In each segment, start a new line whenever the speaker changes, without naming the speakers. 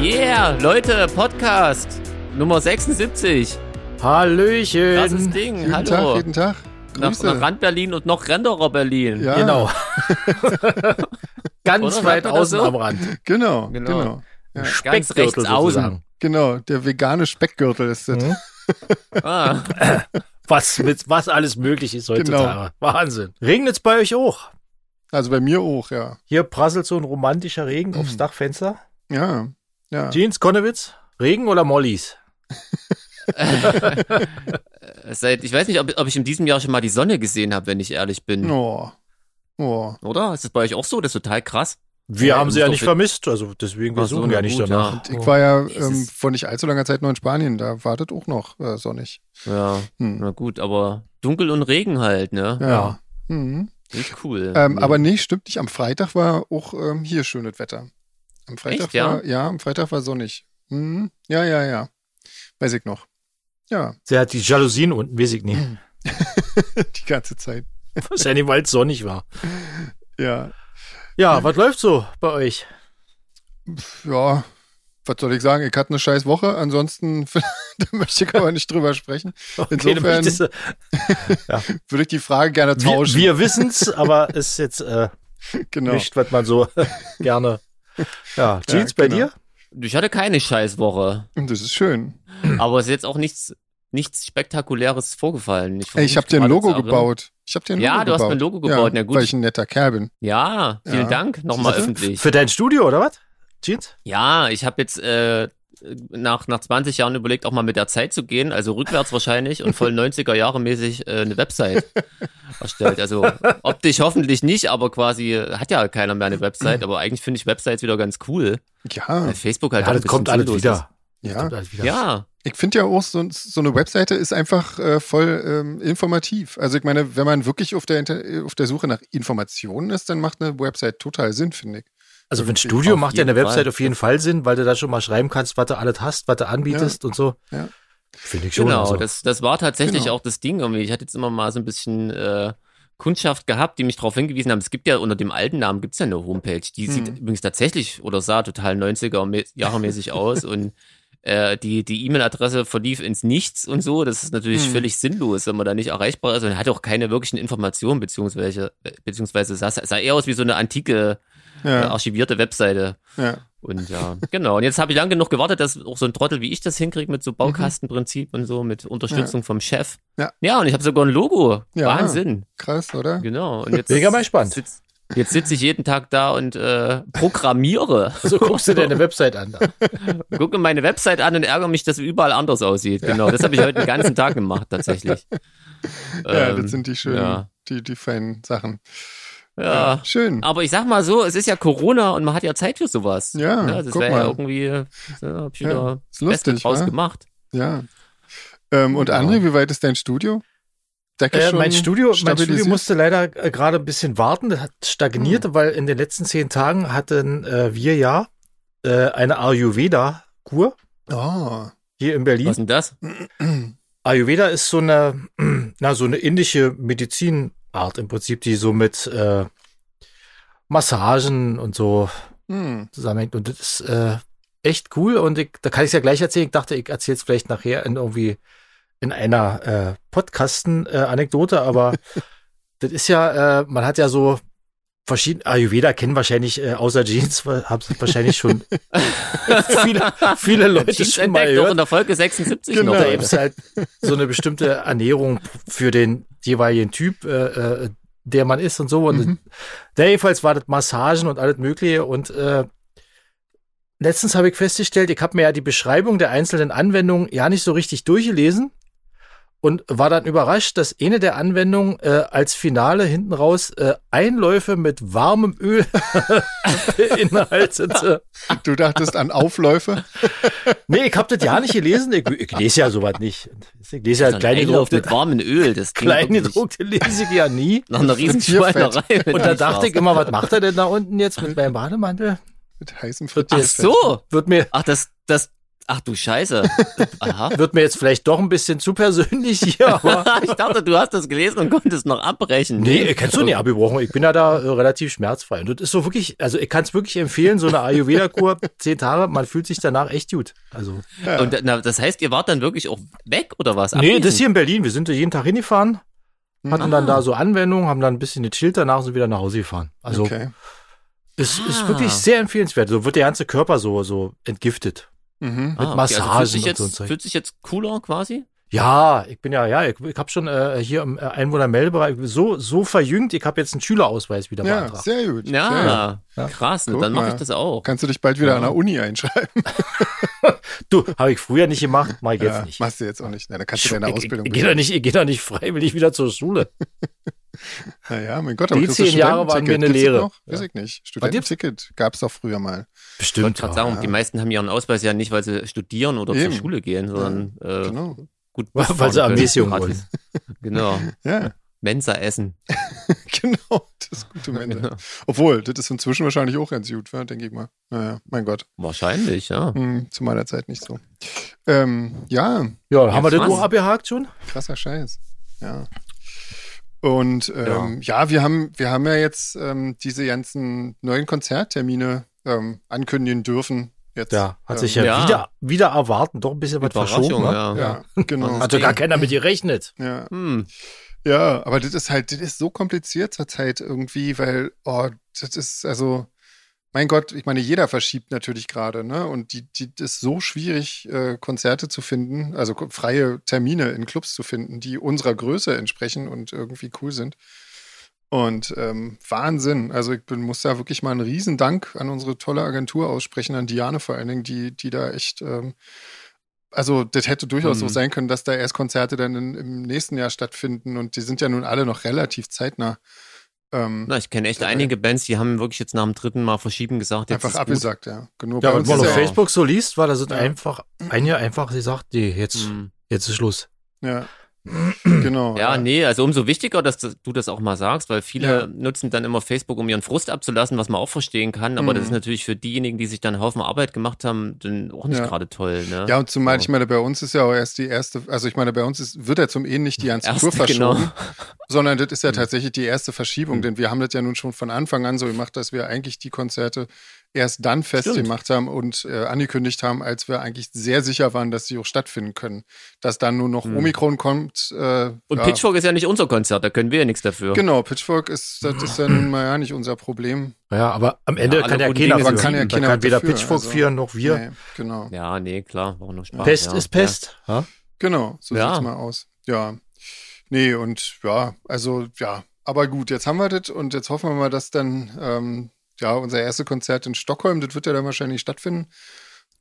Ja, Leute, Podcast Nummer 76.
Hallöchen.
Krasses Ding.
Jeden
Hallo.
Tag, jeden Tag.
nach,
Grüße.
nach Rand Berlin und noch Renderer Berlin.
ja,
Genau. Ganz
Oder? Sagt man
weit
das
außen
so?
am Rand.
genau,
Genau.
genau, genau. Ja.
Ganz
Speckgürtel
rechts außen.
sozusagen.
Genau, der vegane Speckgürtel ist das.
Mhm.
Ah,
Was, mit, was alles möglich ist
Genau.
heutzutage. Wahnsinn. Regnet es bei euch auch?
Also bei mir auch, ja.
Hier prasselt so ein romantischer Regen aufs Dachfenster.
Ja, Mhm. ja.
Jeans Konowitz, Regen oder Mollys?
seit, ich weiß nicht, ob, ob ich in diesem Jahr schon mal die Sonne gesehen habe, wenn ich ehrlich bin.
Oh. Oh.
Oder? Ist das bei euch auch so? Das ist total krass.
Wir
Ja,
haben sie ja
doch
nicht
wir-
vermisst, also deswegen wir
Ach so,
suchen
na
ja nicht
gut,
danach.
Ich war ja
Oh, Jesus.
ähm, vor nicht allzu langer Zeit noch in Spanien, da wartet auch noch äh, sonnig.
Ja,
Hm.
na gut, aber dunkel und Regen halt, ne?
Ja.
Ja.
Mhm.
Nicht cool.
Ähm,
Nee.
Aber nee, stimmt nicht. Am Freitag war auch ähm, hier schönes Wetter. Am Freitag
Echt, ja?
war, ja, am Freitag war sonnig. Mhm. Ja, ja, ja. Weiß ich noch. Ja,
Sie hat die Jalousien unten, weiß ich nicht.
die ganze Zeit.
Wahrscheinlich, weil es sonnig war.
Ja,
Ja, was läuft so bei euch?
ja, was soll ich sagen? Ich hatte eine scheiß Woche. Ansonsten da möchte ich aber nicht drüber sprechen.
Okay, du
Insofern-
möchtest, äh,
Würde ich die Frage gerne
wir
tauschen.
wir wissen es, aber ist jetzt äh,
genau.
nicht, was man so gerne. Ja, Jeans bei
genau.
dir?
Ich hatte keine Scheißwoche.
Und das ist schön.
Aber es ist jetzt auch nichts, nichts Spektakuläres vorgefallen.
Ey, ich habe dir ein Logo
gebaut.
gebaut. Ich habe dir ein
Ja,
Logo
du hast
gebaut.
mir ein Logo gebaut. Na gut.
Weil ich ein netter Kerl bin.
Ja, vielen
Ja.
Dank nochmal
Siehste?
öffentlich.
Für dein Studio, oder was? Jeans?
Ja, ich habe jetzt äh, nach, nach 20 Jahren überlegt, auch mal mit der Zeit zu gehen, also rückwärts wahrscheinlich und voll 90er Jahre mäßig äh, eine Website erstellt. Also optisch hoffentlich nicht, aber quasi äh, hat ja keiner mehr eine Website, aber eigentlich finde ich Websites wieder ganz cool.
Ja,
Weil Facebook halt
ja,
auch ein
das kommt
bisschen sinnlos
alles wieder.
ja.
Kommt alles
ist.
wieder. Also
Ja,
Ich finde ja auch, so, so eine Webseite ist einfach äh, voll ähm, informativ. Also ich meine, wenn man wirklich auf der, Inter äh, auf der Suche nach Informationen ist, dann macht eine Website total Sinn, finde ich.
Also für ein Studio
Auf
macht ja eine
jeden
Website
Fall.
auf jeden Fall Sinn, weil du da schon mal schreiben kannst, was du alles hast, was du anbietest und so.
Ja.
Finde ich schon.
genau.
also.
Das, das war tatsächlich
Genau.
auch das Ding irgendwie. Ich hatte jetzt immer mal so ein bisschen äh, Kundschaft gehabt, die mich darauf hingewiesen haben. Es gibt ja unter dem alten Namen gibt's ja eine Homepage. Die sieht
Hm.
übrigens tatsächlich oder sah total 90er-Jahre-mäßig aus und äh, die die E-Mail-Adresse verlief ins Nichts und so. Das ist natürlich
Hm.
völlig sinnlos, wenn man da nicht erreichbar ist und hat auch keine wirklichen Informationen, beziehungsweise, äh, beziehungsweise sah, sah eher aus wie so eine antike, äh,
Ja,
archivierte Webseite.
ja.
Und ja, genau. Und jetzt habe ich lang genug gewartet, dass auch so ein Trottel wie ich das hinkriege mit so Baukastenprinzip und so, mit Unterstützung vom Chef.
Mhm. Ja.
und ich habe sogar ein Logo.
Ja.
Wahnsinn.
krass, oder?
Genau. Und jetzt
Bin ich ja mal gespannt.
Sitz, jetzt sitze ich jeden Tag da und äh, programmiere.
So guckst du deine Website an.
Gucke meine Website an und ärgere mich, dass sie überall anders aussieht. Genau. Das habe ich heute den ganzen Tag gemacht, tatsächlich.
Ja,
Ähm,
das sind die schönen,
ja.
die, die feinen Sachen.
Ja.
Schön.
Aber ich sag mal so, es ist ja Corona und man hat ja Zeit für sowas. Ne,
Ja,
das
guck
wäre ja
mal.
irgendwie, ja, hab ich
Ja,
wieder
ist
das Beste
lustig, ne?
draus
wa?
gemacht.
Ja. Ähm, und
Ja.
André, wie weit ist dein Studio? Decke
Äh,
schon
mein Studio, mein Studio
stabilisiert?
musste leider äh, gerade ein bisschen warten. Das hat stagniert,
Hm.
weil in den letzten zehn Tagen hatten äh, wir ja äh, eine Ayurveda-Kur
Oh.
hier in Berlin.
Was ist denn das?
Ayurveda ist so eine, na, so eine indische Medizinart im Prinzip, die so mit äh, Massagen und so
Hm.
zusammenhängt. Und das ist äh, echt cool. Und ich, da kann ich ja gleich erzählen. Ich dachte, ich erzähle es vielleicht nachher in irgendwie in einer äh, Podcasten-Anekdote, aber das ist ja, äh, man hat ja so verschiedene Ayurveda kennen wahrscheinlich äh, außer Jeans, haben wahrscheinlich schon viele, viele Leute
Jeans
schon mal
entdeckt, auch
gehört.
in der Folge 76
Genau.
noch.
Da
Ja.
gibt es halt so eine bestimmte Ernährung für den jeweiligen Typ, äh, äh, der man ist und so. Und
Mhm.
der jedenfalls war das Massagen und alles Mögliche. Und äh, letztens habe ich festgestellt, ich habe mir ja die Beschreibung der einzelnen Anwendungen ja nicht so richtig durchgelesen und war dann überrascht, dass eine der Anwendungen äh, als Finale hinten raus äh, Einläufe mit warmem Öl beinhaltete.
Du dachtest an Aufläufe?
Nee, ich hab das ja nicht gelesen. Ich, ich lese ja sowas nicht. Ich lese ja
Dann
kleine
Also Einlauf
gedruckte,
mit warmem Öl, das klingt
kleine
wirklich
gedruckte lese ich ja nie.
nach einer riesen
Frittierfett.
Schweinerei.
Und da dachte ich immer, was macht er denn da unten jetzt mit meinem Bademantel?
Mit heißem
Wird
Fritz.
ach so,
Wird mir,
ach das, das, Ach du Scheiße. Aha.
Wird mir jetzt vielleicht doch ein bisschen zu persönlich hier, aber.
Ich dachte, du hast das gelesen und konntest noch abbrechen.
Nee, kannst du nicht abgebrochen. Ich bin ja da äh, relativ schmerzfrei. Und das ist so wirklich, also ich kann es wirklich empfehlen, so eine Ayurveda-Kur, zehn Tage, man fühlt sich danach echt gut. Also.
Und na, das heißt, ihr wart dann wirklich auch weg oder was?
Nee,
Abwesend? Ah,
das hier in Berlin. Wir sind da jeden Tag hingefahren, hatten dann da so Anwendungen, haben dann ein bisschen gechillt, danach sind wieder nach Hause gefahren. Also
Okay.
es ist
Ah.
wirklich sehr empfehlenswert. So wird der ganze Körper so, so entgiftet.
Mhm.
Ah, okay, also fühlt
Massagen
sich
und so ein
jetzt,
Zeug.
fühlt sich jetzt cooler quasi?
Ja, ich bin ja, ja, ich, ich habe schon äh, hier im äh, Einwohnermeldebereich so, so verjüngt, ich habe jetzt einen Schülerausweis wieder
Ja,
beantragt.
sehr gut. Sehr gut.
Ja, krass. ne,
Guck
dann mache ich
mal.
das auch.
Kannst du dich bald wieder an der Uni einschreiben?
Du, habe ich früher nicht gemacht, mach ich jetzt
Ja,
nicht.
Machst du jetzt auch nicht. Na, dann kannst du
Ich-
deine
ich-
Ausbildung
Ich, ich, geh doch nicht. ich gehe doch nicht freiwillig wieder zur Schule.
Naja, mein Gott, aber
Die
kriegst du
zehn Jahre waren mir
Studententicket.
eine
Gibt's das
Lehre.
Noch? Weiß
Ja.
ich nicht.
Was gibt's?
Studententicket gab es doch früher mal.
Ich
Bestimmt.
wollte gerade
Ja.
sagen, die meisten haben ihren Ausweis ja nicht, weil sie studieren oder
Eben.
zur Schule gehen, sondern äh,
Genau.
gut
Weil-
Bus
weil sie
fahren können,
Amnesium wollen.
gratis. Genau.
Ja,
Mensa essen.
genau. Das gute Ende.
Genau.
Obwohl, das ist inzwischen wahrscheinlich auch ganz gut, wa? denke ich mal. Naja, mein Gott.
Wahrscheinlich, ja.
Hm, zu meiner Zeit nicht so. Ähm, ja,
Ja, haben wir
Jetzt
das
was?
auch abgehakt schon?
krasser Scheiß. Ja. Und ähm, ja. wir haben, wir haben ja jetzt ähm, diese ganzen neuen Konzerttermine ähm, ankündigen dürfen. Jetzt.
Ja, hat sich ja,
ähm,
Ja.
Wieder, wieder erwarten, doch ein bisschen was verschoben.
Überraschung,
Ne?
ja.
ja, genau.
Hatte Also gar keiner mit gerechnet.
Ja.
Hm.
Ja, aber das ist halt, das ist so kompliziert zur Zeit irgendwie, weil, oh, das ist, also, mein Gott, ich meine, jeder verschiebt natürlich gerade, ne? Und die, die das ist so schwierig, äh, Konzerte zu finden, also ko- freie Termine in Clubs zu finden, die unserer Größe entsprechen und irgendwie cool sind. Und ähm, Wahnsinn. Also ich bin, muss da wirklich mal einen Riesendank an unsere tolle Agentur aussprechen, an Diane vor allen Dingen, die, die da echt, ähm, also das hätte durchaus
Mhm.
so sein können, dass da erst Konzerte dann in, im nächsten Jahr stattfinden und die sind ja nun alle noch relativ zeitnah. Ähm,
Na, ich kenne echt einige Bands, die haben wirklich jetzt nach dem dritten Mal verschieben gesagt, jetzt
einfach
ist gut.
abgesagt, ja. Genug
Ja,
bei
wenn
uns
man
ist
auf
ja auch-
Facebook so liest, war da sind
Ja.
einfach, einige einfach gesagt, nee, jetzt,
Hm.
jetzt ist Schluss.
Ja, genau.
Ja, nee, also umso wichtiger, dass du du das auch mal sagst, weil viele
Ja.
nutzen dann immer Facebook, um ihren Frust abzulassen, was man auch verstehen kann, aber
Mhm.
das ist natürlich für diejenigen, die sich dann einen Haufen Arbeit gemacht haben, dann auch nicht
Ja.
gerade toll, ne?
Ja, und zumal, ich meine, bei uns ist ja auch erst die erste, also ich meine, bei uns ist, wird ja zum Ehen nicht die ganze
Erste,
Tour verschoben,
genau. Hm.
sondern das ist ja tatsächlich die erste Verschiebung,
Mhm.
denn wir haben das ja nun schon von Anfang an so gemacht, dass wir eigentlich die Konzerte erst dann festgemacht haben und äh, angekündigt haben, als wir eigentlich sehr sicher waren, dass sie auch stattfinden können. Dass dann nur noch
Mhm.
Omikron kommt. Äh,
Und
ja.
Pitchfork ist ja nicht unser Konzert, da können wir ja nichts dafür.
Genau, Pitchfork ist, das ist ja nun mal ja nicht unser Problem.
Ja, aber am Ende
Ja, alle
kann ja
guten
keiner,
Dinge
was
sind
kann,
sieben.
da
Keiner
kann
hat
weder
dafür,
Pitchfork
also.
4 noch wir.
Nee, genau.
Ja, nee, klar, warum nur Spaß.
Pest
ja,
ist Pest. Ja.
Genau, so
Ja.
sieht's mal aus. Ja. Nee, und ja, also ja, aber gut, jetzt haben wir das und jetzt hoffen wir mal, dass dann ähm, ja unser erstes Konzert in Stockholm, das wird ja dann wahrscheinlich stattfinden.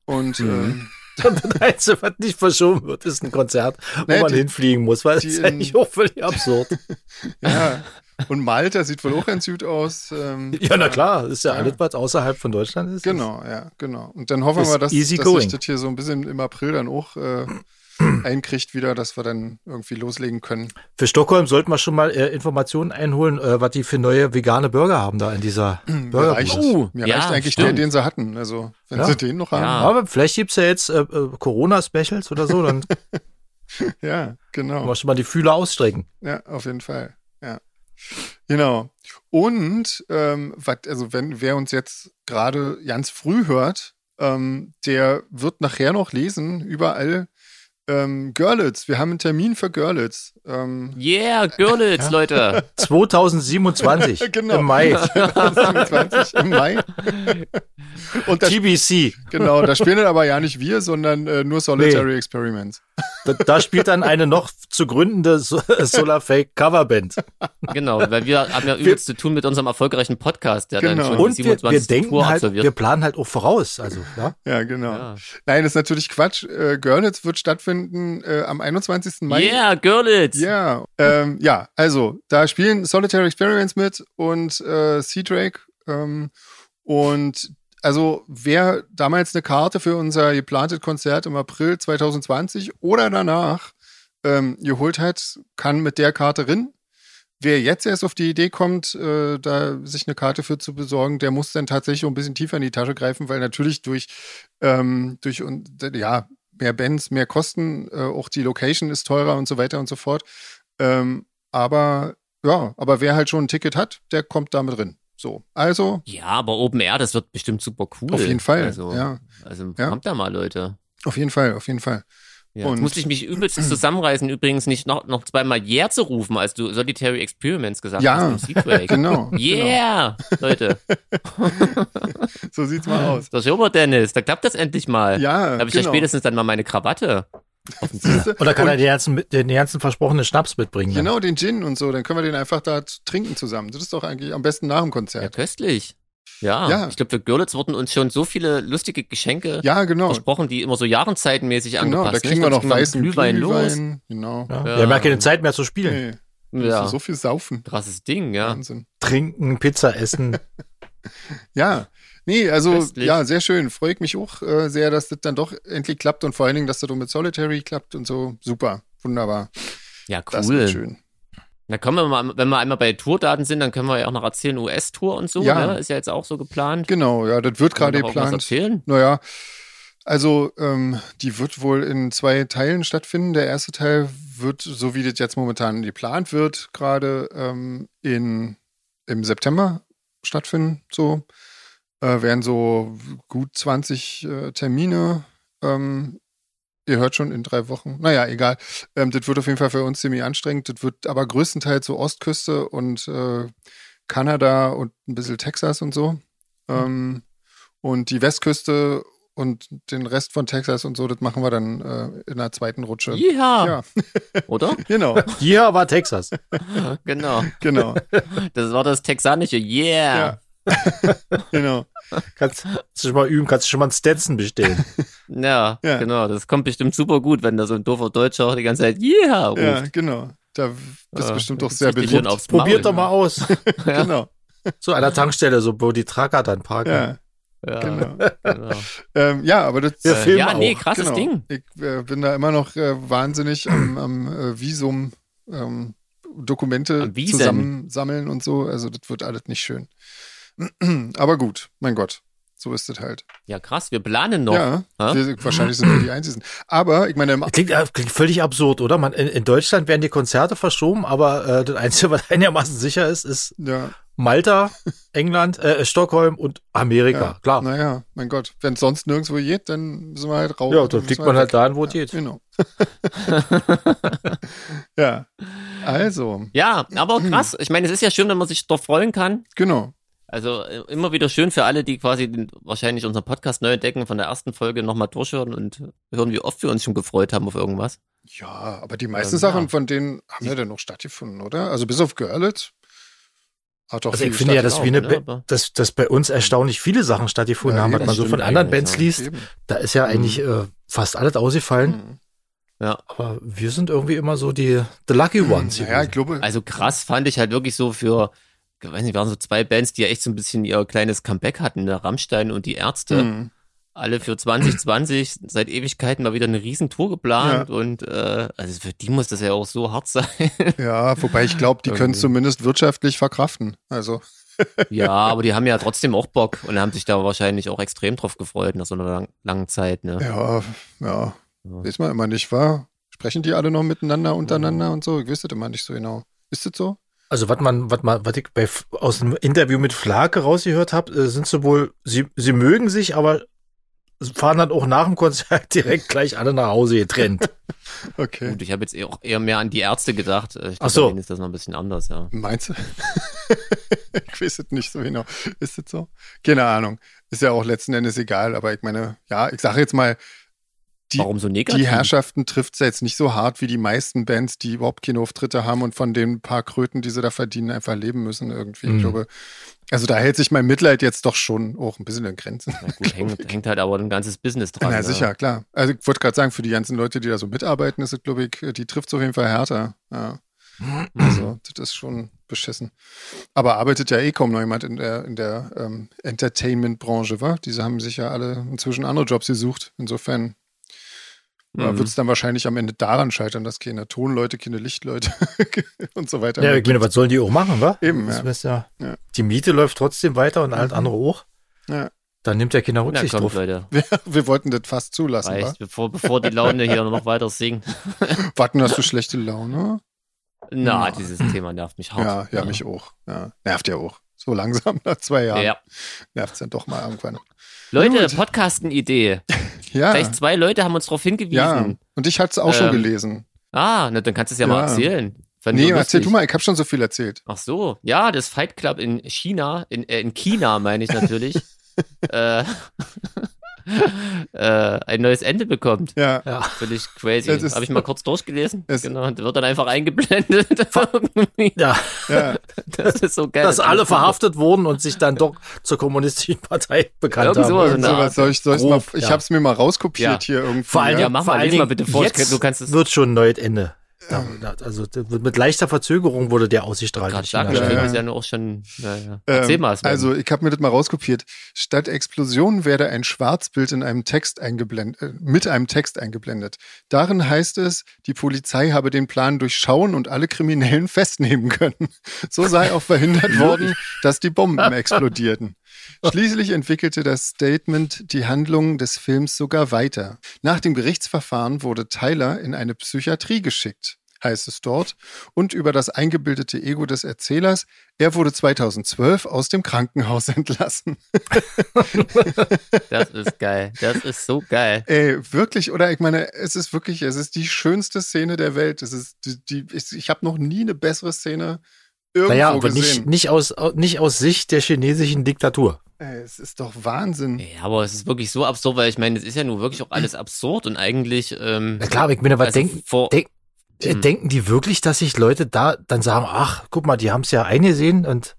Und ähm,
Das Einzige, was nicht verschoben wird, ist ein Konzert, wo
Naja,
man
die-
hinfliegen muss, weil das
die
ist
in-
eigentlich auch völlig absurd.
ähm, ja, und Malta sieht wohl auch ganz gut aus. Ähm,
Ja, na klar, ist ja,
Ja.
alles, was außerhalb von Deutschland ist.
Genau, ja, genau. Und dann hoffen wir
Ist
mal, dass, dass
easy
sich
going.
das hier so ein bisschen im April dann auch äh, einkriegt wieder, dass wir dann irgendwie loslegen können.
Für Stockholm sollten wir schon mal äh, Informationen einholen, äh, was die für neue vegane Burger haben da in dieser
Mir
Burger.
reicht,
Oh,
mir
ja,
reicht eigentlich
stimmt.
der, den sie hatten. Also, wenn
Ja.
sie den noch haben.
Ja.
Aber vielleicht gibt's ja jetzt äh, äh, Corona-Specials oder so, dann können
Ja, genau.
wir schon mal die Fühler ausstrecken.
Ja, auf jeden Fall. Ja. Genau. Und ähm, wat, also wenn wer uns jetzt gerade ganz früh hört, ähm, der wird nachher noch lesen, überall ähm, Görlitz. Wir haben einen Termin für Görlitz. Ähm,
Yeah, Görlitz, Leute.
2027
Genau.
im Mai.
27 im Mai. Und da,
TBC.
genau, da spielen dann aber ja nicht wir, sondern äh, nur Solitary Experiments.
Da, da spielt dann eine noch zu gründende so Solar Fake Coverband.
Genau, weil wir haben ja übelst zu tun mit unserem erfolgreichen Podcast, der
Genau.
dann schon
Und
die
wir,
27.
wir denken
Tour
halt,
absolviert.
wir planen halt auch voraus. Also, ja.
Ja, genau.
Ja.
Nein, das ist natürlich Quatsch. Äh, Görlitz wird stattfinden äh, am 21. Mai.
Yeah, Görlitz.
Ja, ähm, ja, also da spielen Solitary Experiments mit und äh, Sea Drake. Ähm, und also wer damals eine Karte für unser geplantes Konzert im April 2020 oder danach ähm, geholt hat, kann mit der Karte rin. Wer jetzt erst auf die Idee kommt, äh, da sich eine Karte für zu besorgen, der muss dann tatsächlich auch ein bisschen tiefer in die Tasche greifen, weil natürlich durch, ähm, durch und ja, mehr Bands, mehr Kosten, äh, auch die Location ist teurer und so weiter und so fort. Ähm, aber ja, aber wer halt schon ein Ticket hat, der kommt damit drin. So, also
Ja, aber Open Air, das wird bestimmt super cool.
auf jeden Fall.
Also,
ja,
also
Ja.
kommt da mal, Leute.
auf jeden Fall, auf jeden Fall.
Ja, jetzt
Und-
musste ich mich übelst zusammenreißen, übrigens nicht noch, noch zweimal Yeah zu rufen, als du Solitary Experiments gesagt
Ja,
hast. im Sequel.
Genau.
Yeah, Leute.
genau. So sieht's mal aus.
Das ist Ober Dennis, da klappt das endlich mal.
Ja,
da habe ich
genau.
ja spätestens dann mal meine Krawatte.
Oder kann er den ganzen, den ganzen versprochenen Schnaps mitbringen? ne? dann?
Genau, den Gin und so, dann können wir den einfach da t- trinken zusammen. Das ist doch eigentlich am besten nach dem
Ja,
Konzert.
köstlich. Ja,
Ja.
ich glaube, für Görlitz wurden uns schon so viele lustige Geschenke
Ja, genau.
versprochen, die immer so jahrenzeitmäßig
Genau,
angepasst ne?
da kriegen
nicht? Sonst
wir noch
ging man mit
weißen
Glühwein, los.
Genau.
Ja.
Ja.
Wir haben ja keine Zeit mehr zu spielen.
Nee,
Ja,
So viel saufen.
krasses Ding, ja.
Wahnsinn.
Trinken, Pizza essen.
Ja. Nee, also
Köstlich.
ja, sehr schön. Freut mich auch äh, sehr, dass das dann doch endlich klappt und vor allen Dingen, dass das auch mit Solitary klappt und so. Super, wunderbar.
Ja,
Das
cool.
wird schön.
Na können wir mal, wenn wir einmal bei Tourdaten sind, dann können wir ja auch noch erzählen, US-Tour und so,
Ja.
ne? Ist ja jetzt auch so geplant.
Genau, ja, das wird
Können
gerade
wir noch irgendwas
geplant.
erzählen?
Naja, also ähm, die wird wohl in zwei Teilen stattfinden. Der erste Teil wird, so wie das jetzt momentan geplant wird, gerade ähm, in, im September stattfinden. So äh, werden so gut 20 äh, Termine. Ähm, ihr hört schon in drei Wochen. Naja, egal. Ähm, das wird auf jeden Fall für uns ziemlich anstrengend. Das wird aber größtenteils so Ostküste und äh, Kanada und ein bisschen Texas und so. Ähm, und die Westküste und den Rest von Texas und so, das machen wir dann äh, in der zweiten Rutsche.
Ja,
Ja,
oder?
genau,
Hier war Texas.
Genau.
genau,
Das war das texanische Yeah.
genau.
Kannst du schon mal üben, kannst du schon mal einen Stetson bestellen.
Ja.
Ja.
genau. Das kommt bestimmt super gut, wenn da so ein doofer Deutscher die ganze Zeit Yeah ruft.
Ja, genau. Da bist
Ja,
bestimmt
Ah, da
doch
gibt's
sehr
richtig schön
beliebt.
aufs Maul, ne?
Probiert doch mal aus.
Ja.
Genau,
So an der Tankstelle, so wo die Tracker dann parken.
ja,
Ja,
genau.
genau.
Ähm, ja, aber das
Wir
Äh,
filmen
ja, nee,
auch.
krasses
genau.
Ding.
Ich äh, bin da immer noch äh, wahnsinnig am, am äh, Visum ähm, Dokumente
Am Wiesen.
zusammensammeln und so. Also das wird alles nicht schön. Aber gut, mein Gott, so ist das halt.
Ja, krass, wir planen noch.
Ja,
Hä?
wir, wahrscheinlich sind wir die Einzigen. Aber ich meine, im
Klingt, äh, klingt völlig absurd, oder? Man, in, in Deutschland werden die Konzerte verschoben, aber äh, das Einzige, was einigermaßen sicher ist, ist
ja,
Malta, England, äh, Stockholm und Amerika.
ja,
Ah.
Klar.
Naja, mein Gott, wenn es sonst nirgendwo geht, dann müssen wir halt raus.
Ja, da
Dann
fliegt
müssen wir
man halt
weg.
dahin, wo es geht.
Genau. ja, also,
Ja, aber krass. Ich meine, es ist ja schön, wenn man sich drauf freuen kann.
genau.
Also äh, immer wieder schön für alle, die quasi den, wahrscheinlich unseren Podcast neu entdecken, von der ersten Folge nochmal durchhören und hören, wie oft wir uns schon gefreut haben auf irgendwas.
Ja, aber die meisten
Ähm,
Sachen
ja.
von denen haben ja dann noch stattgefunden, oder? Also bis auf Görlitz hat doch
Also
viel
ich finde ja, dass,
auch,
wir eine,
ne,
Ba-
aber-
dass, dass bei uns erstaunlich viele Sachen stattgefunden
Ja,
haben, was
das
man so von
stimmt
anderen
eigentlich,
Bands
ja.
liest.
Eben.
Da ist ja
Mhm.
eigentlich äh, fast alles ausgefallen.
Mhm.
Aber wir sind irgendwie immer so die the lucky
Mhm.
ones.
Naja,
gewesen.
ich glaube,
Also krass fand ich halt wirklich so für, ich weiß nicht, waren so zwei Bands, die ja echt so ein bisschen ihr kleines Comeback hatten, der Rammstein und die
Also
Ärzte.
mhm.
Alle für 2020 seit Ewigkeiten mal wieder eine Riesentour geplant und äh, also für die muss das ja auch so hart sein.
ja, wobei ich glaube, die können es
Irgendwie.
zumindest wirtschaftlich verkraften. Also,
ja, aber die haben ja trotzdem auch Bock und haben sich da wahrscheinlich auch extrem drauf gefreut nach so einer lang, langen Zeit. Ne?
ja,
Ja.
ja, weiß man immer nicht, war. Sprechen die alle noch miteinander, untereinander und so? Ich wüsste das immer nicht so genau. Ist das so?
Also was man, was man, was ich bei, F- aus dem Interview mit Flake rausgehört habe, äh, sind sowohl, sie, sie mögen sich, aber fahren dann auch nach dem Konzert direkt gleich alle nach Hause getrennt.
Okay.
Gut, ich habe jetzt eher, auch eher mehr an die Ärzte gedacht. Äh, Ich glaube,
Ach so.
bei denen ist das noch ein bisschen anders, ja.
Meinst du? ich weiß es nicht so genau. Ist das so? Keine Ahnung. Ist ja auch letzten Endes egal, aber ich meine, ja, ich sage jetzt mal, Die-
Warum so negativ?
die Herrschaften trifft es jetzt nicht so hart wie die meisten Bands, die überhaupt keine Auftritte haben und von den paar Kröten, die sie da verdienen, einfach leben müssen irgendwie.
Mhm.
Ich glaube, also da hält sich mein Mitleid jetzt doch schon auch ein bisschen in Grenzen.
Na gut, hängt, hängt halt aber ein ganzes Business dran.
Na
ne?
sicher, klar. Also ich wollte gerade sagen, für die ganzen Leute, die da so mitarbeiten, ist es, glaube ich, die trifft es auf jeden Fall härter. Ja. Also, das ist schon beschissen. Aber arbeitet ja eh kaum noch jemand in der, in der ähm, Entertainment-Branche, wa? Diese haben sich ja alle inzwischen andere Jobs gesucht. Insofern
Hm.
Mhm. Wird es dann wahrscheinlich am Ende daran scheitern, dass keine Tonleute, keine Lichtleute und so weiter.
Ja, ich meine, was sollen die auch machen, wa?
Eben,
Das
ja.
ist ja.
Ja.
Die Miete läuft trotzdem weiter und alles andere auch.
Ja.
Dann nimmt ja keiner
Mhm. Na
Rücksicht
kommt,
drauf.
Leute.
wir, wir wollten das fast zulassen, wa? Hm.
Reicht, bevor, bevor die Laune hier noch weiter sinkt.
Warten, hast du schlechte Laune?
Na,
Ja.
dieses Thema nervt mich hart.
Ja, ja, mich auch. Ja. Nervt ja auch. So langsam nach zwei
Ja.
Jahren nervt es dann doch mal irgendwann.
Leute, Podcasten-Idee.
Ja,
Gleich zwei Leute haben uns darauf
ja.
hingewiesen.
Und ich hatte es auch schon
Ähm,
gelesen.
Ah, na, dann kannst du es ja, mal
Ja.
erzählen. Fand ich
Nee,
nur
erzähl
lustig.
du mal, ich habe schon so viel erzählt.
Ach so, ja, das Fight Club in China, in, äh, in China meine ich natürlich, äh, äh, ein neues Ende bekommt.
Ja,
Ja.
Völlig crazy.
Das ist-
Habe ich mal kurz durchgelesen.
Es-
genau, und wird dann einfach eingeblendet. Irgendwie.
Ja,
ja.
das ist so geil.
dass alle verhaftet wurden und sich dann doch zur kommunistischen Partei bekannt
Irgend sowas.
haben.
Irgend
eine
sowas.
Art.
Soll ich, soll ich's
Grob,
mal, ich
ja.
habe es mir mal rauskopiert
Ja.
hier irgendwie.
Vor allen
Ja,
Dingen,
mach mal,
vor allen
lies mal
Dingen
bitte vor, ich-
jetzt
du kannst es-
wird schon ein neues Ende. Da- da- Also da wird mit leichter Verzögerung wurde der ausgestrahlt. in
Gerade
China.
sagen, ja,
Ja, ja.
ja. ist ja nur auch schon. Ja, ja.
Ähm,
Erzähl mal. Sven.
Also, ich habe mir das mal rauskopiert. Statt Explosion werde ein Schwarzbild in einem Text eingeblendet, äh, mit einem Text eingeblendet. Darin heißt es, die Polizei habe den Plan durchschauen und alle Kriminellen festnehmen können. So sei auch verhindert worden, dass die Bomben explodierten. Schließlich entwickelte das Statement die Handlung des Films sogar weiter. Nach dem Gerichtsverfahren wurde Tyler in eine Psychiatrie geschickt, heißt es dort, und über das eingebildete Ego des Erzählers, er wurde 2012 aus dem Krankenhaus entlassen.
Das ist geil. Das ist so geil.
Ey, wirklich, oder? Ich meine, es ist wirklich, es ist die schönste Szene der Welt. Es ist die, die ich, ich habe noch nie eine bessere Szene irgendwo
Naja, aber nicht,
gesehen.
nicht, aus, nicht aus Sicht der chinesischen Diktatur.
Ey, es ist doch Wahnsinn.
Ja, aber es ist wirklich so absurd, weil ich meine, es ist ja nun wirklich auch alles absurd und eigentlich. Ähm,
Na klar, aber ich meine, was
also
denken,
vor,
denk- äh,
Hm.
denken die wirklich, dass sich Leute da dann sagen, ach, guck mal, die haben es ja eingesehen und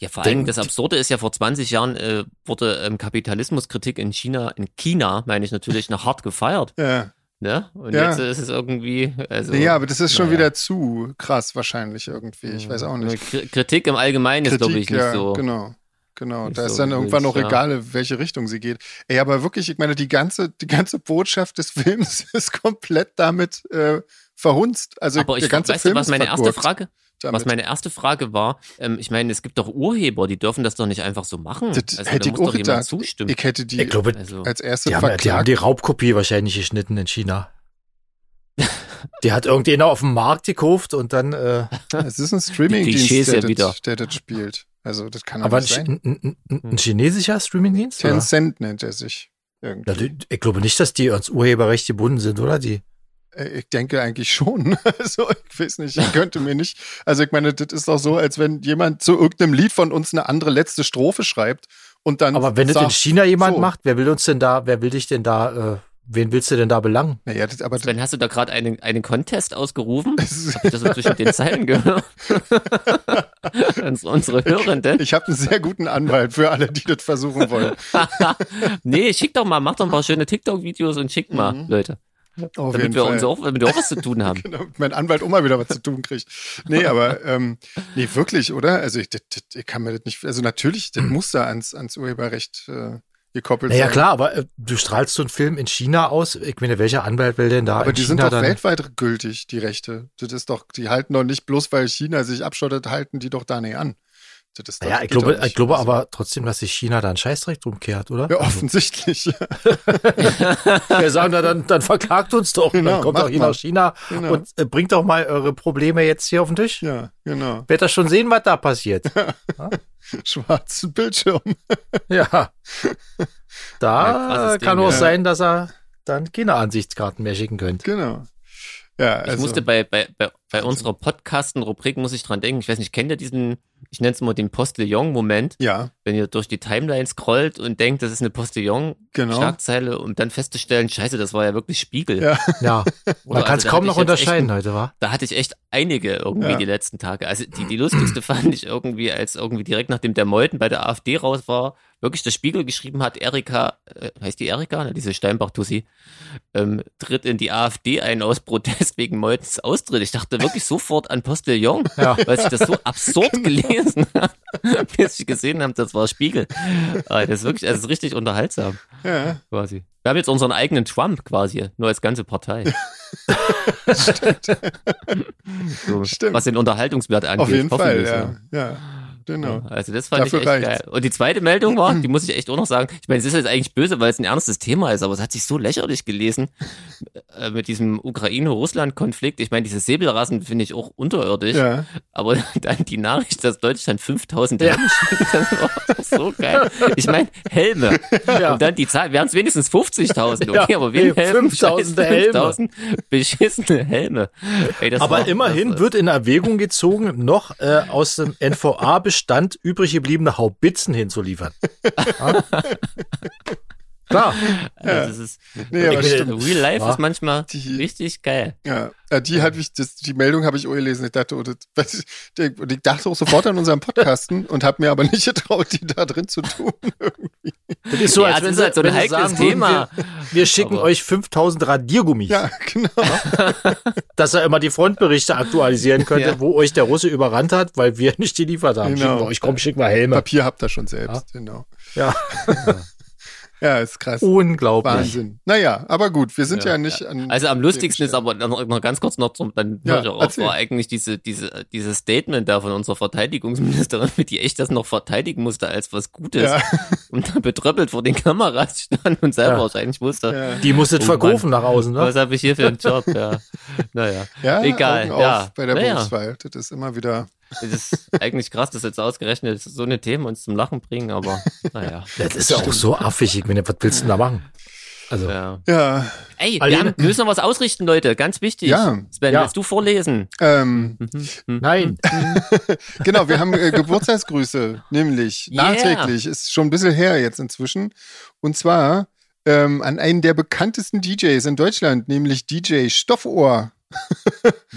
Ja, vor allem
Denkt-
das Absurde ist ja, vor 20 Jahren äh, wurde ähm, Kapitalismuskritik in China, in China, meine ich natürlich, noch hart gefeiert.
Ja.
Ne? Und
Ja.
jetzt äh, ist es irgendwie. Also,
ja, aber das ist schon
naja.
wieder zu krass wahrscheinlich irgendwie. Ich
Mhm.
weiß auch nicht.
Kri- Kritik im Allgemeinen ist, glaube ich, nicht
ja,
so.
Genau. Genau,
nicht
da ist
so
dann irgendwann auch
gewünscht, ja.
egal, in welche Richtung sie geht. Ey, aber wirklich, ich meine, die ganze, die ganze Botschaft des Films ist komplett damit äh, verhunzt. Also
Aber ich
der ganze
weißt
Film
du, was
ist
meine erste
vergurkt
Frage,
damit.
was meine erste Frage war, ähm, ich meine, es gibt doch Urheber, die dürfen das doch nicht einfach so machen.
Das
also,
hätte
da
ich
muss
auch
doch jemand
gedacht.
zustimmen.
ich hätte die
ich glaube,
also,
als erste
die haben, ja- die haben
verklagt.
die Raubkopie wahrscheinlich geschnitten in China. die hat irgendjemand auf dem Markt gekauft und dann, äh,
ne? es ist ein Streaming-Dienst,
Klischees ja
der, das-
wieder.
der das spielt. Also das kann aber
aber ein,
nicht
Chi-
sein. Hm.
ein, ein, ein- ein chinesischer Streamingdienst?
Ten
oder?
Cent nennt er sich. Irgendwie.
Na, die- ich glaube nicht, dass die ans Urheberrecht gebunden sind, oder? Die
Äh, Ich denke eigentlich schon. Also, ich weiß nicht, ich könnte mir nicht. Also, ich meine, das ist doch so, als wenn jemand zu irgendeinem Lied von uns eine andere letzte Strophe schreibt und dann.
Aber wenn das in
sagt-
China jemand
so.
macht, wer will uns denn da, wer will dich denn da, äh, wen willst du denn da belangen?
Naja, das, aber
Sven, hast du da gerade einen, einen Contest ausgerufen?
das ist,
Hab ich das so zwischen den Zeilen gehört? Uns- Unsere Hörenden.
ich habe einen sehr guten Anwalt für alle, die das versuchen wollen.
nee, schick doch mal, mach doch ein paar schöne TikTok-Videos und schickt mal,
Mhm.
Leute.
Auf
damit wir uns auch, damit wir auch was zu tun haben.
Genau, mit meinem Anwalt auch mal wieder was zu tun kriegt. Nee, aber ähm, nee, wirklich, oder? Also ich, das, das, ich kann mir das nicht, also natürlich,
Hm.
das muss da ans, ans Urheberrecht äh, gekoppelt
Naja,
sein.
klar, aber äh, du strahlst so einen Film in China aus. Ich meine, welcher Anwalt will denn da
Aber
in
die
China
sind doch
dann?
weltweit gültig, die Rechte. Das ist doch, die halten doch nicht bloß, weil China sich abschottet, halten die doch da nicht an. Das ist doch,
naja, ich
geht
glaube,
doch nicht.
ich glaube
Also,
aber trotzdem, dass sich China da einen Scheißdreck drum kehrt, oder?
Ja, offensichtlich. ja.
Wir sagen, na, dann, dann verklagt uns doch.
Genau,
dann kommt
macht
doch ihr
mal.
nach China
Genau.
und äh, bringt doch mal eure Probleme jetzt hier auf den Tisch.
ja, genau.
Wird das schon sehen, was da passiert.
Schwarzen Bildschirm.
ja.
Ein krasses
Da
Ding,
kann auch
ja.
sein, dass er dann keine Ansichtskarten mehr schicken könnt.
Genau. Ja,
Ich
also,
musste bei, bei, bei, bei unserer Podcasten-Rubrik, muss ich dran denken, ich weiß nicht, kennt ihr diesen, ich nenne es mal den Postillon-Moment,
ja,
wenn ihr durch die Timeline scrollt und denkt, das ist eine
Genau.
Postillon-Schlagzeile, um dann festzustellen, scheiße, das war ja wirklich Spiegel.
Ja.
Ja, man
also
kann es
da hatte
kaum
ich
noch
jetzt
unterscheiden
echt
heute, wa?
Da hatte ich echt einige irgendwie
Ja.
die letzten Tage. Also die, die lustigste fand ich irgendwie, als irgendwie direkt nachdem der Meuthen bei der AfD raus war, wirklich der Spiegel geschrieben hat, Erika, äh, heißt die Erika, ne, diese Steinbach-Tussi, ähm, tritt in die AfD ein aus Protest wegen Meutens Austritt. Ich dachte wirklich sofort an Postillon,
Ja.
weil ich das so absurd gelesen habe. bis ich gesehen habe, das war Spiegel. Äh, Das ist wirklich, das ist richtig unterhaltsam,
Ja,
quasi. Wir haben jetzt unseren eigenen Trump quasi, nur als ganze Partei. so,
Stimmt.
Was den Unterhaltungswert angeht.
auf jeden Fall,
hoffentlich,
ja. ja. Genau.
Ja, Also das fand
Dafür
ich echt
reicht's.
geil. Und die zweite Meldung war, die muss ich echt auch noch sagen. Ich meine, es ist jetzt eigentlich böse, weil es ein ernstes Thema ist, aber es hat sich so lächerlich gelesen äh, mit diesem Ukraine-Russland-Konflikt. Ich meine, diese Säbelrassen finde ich auch unterirdisch.
Ja.
Aber dann die Nachricht, dass Deutschland 5000 Helme schickt, das war doch so geil. Ich meine, Helme.
Ja.
Und dann die Zahl, wären es wenigstens 50.000. Okay,
Ja,
aber wem
nee,
helfen?
5000
Scheiß
Helme.
5000 beschissene Helme. Ey, das
Aber
war-
immerhin
das,
wird in Erwägung gezogen, noch äh, aus dem NVA-Bestand übrig gebliebene Haubitzen hinzuliefern. Ja. Klar,
also, das ist,
Nee, aber
Ich meine,
stimmt.
Real Life
Ja.
ist manchmal
Die-
richtig geil.
Ja, äh, die hat mich, das, die Meldung habe ich auch gelesen. Ich dachte, oh, das, was, ich, und ich dachte auch sofort an unseren Podcasten und habe mir aber nicht getraut, die da drin zu tun.
das ist so,
Ja,
als
das
wenn
ist
sie,
halt so ein
wenn sie
heikles
sagen würden,
Thema.
Wir, wir schicken
Aber-
euch 5000 Radiergummis,
Ja, genau.
dass ihr immer die Frontberichte aktualisieren könnt,
Ja.
wo euch der Russe überrannt hat, weil wir nicht geliefert haben.
Genau.
Schicken wir euch, komm, schicken wir Helme.
Papier habt ihr schon selbst, genau.
Ja.
Ja, ist krass.
Unglaublich.
Wahnsinn. Naja, aber gut, wir sind ja,
Oh. Ja,
nicht an.
Also am lustigsten
dem
ist aber noch, noch ganz kurz noch zum, dann
Ja,
hör ich auch auf,
erzähl.
war eigentlich diese, diese, dieses Statement da von unserer Verteidigungsministerin, die echt das noch verteidigen musste als was Gutes
Ja.
und dann betröppelt vor den Kameras stand und selber
Ja.
wahrscheinlich wusste,
Ja.
Die musstet
Oh Mann.
verkaufen nach außen, ne?
was habe ich hier für einen Job, ja. Naja,
Ja,
egal,
Augen auf
ja.
bei der
Naja.
Berufswahl. Das ist immer wieder.
es ist eigentlich krass, dass jetzt ausgerechnet so eine Themen uns zum Lachen bringen, aber naja,
Das ist ja auch so affig. Ich meine, was willst du denn da machen? Also,
ja.
Ja,
Ey, wir,
Alleine-
haben, wir müssen noch was ausrichten, Leute, ganz wichtig.
Ja.
Sven,
Ja.
willst du vorlesen?
ähm,
nein.
genau, wir haben äh, Geburtstagsgrüße, nämlich
Yeah.
nachträglich, ist schon ein bisschen her jetzt inzwischen. Und zwar ähm, an einen der bekanntesten DJs in Deutschland, nämlich DJ Stoffohr.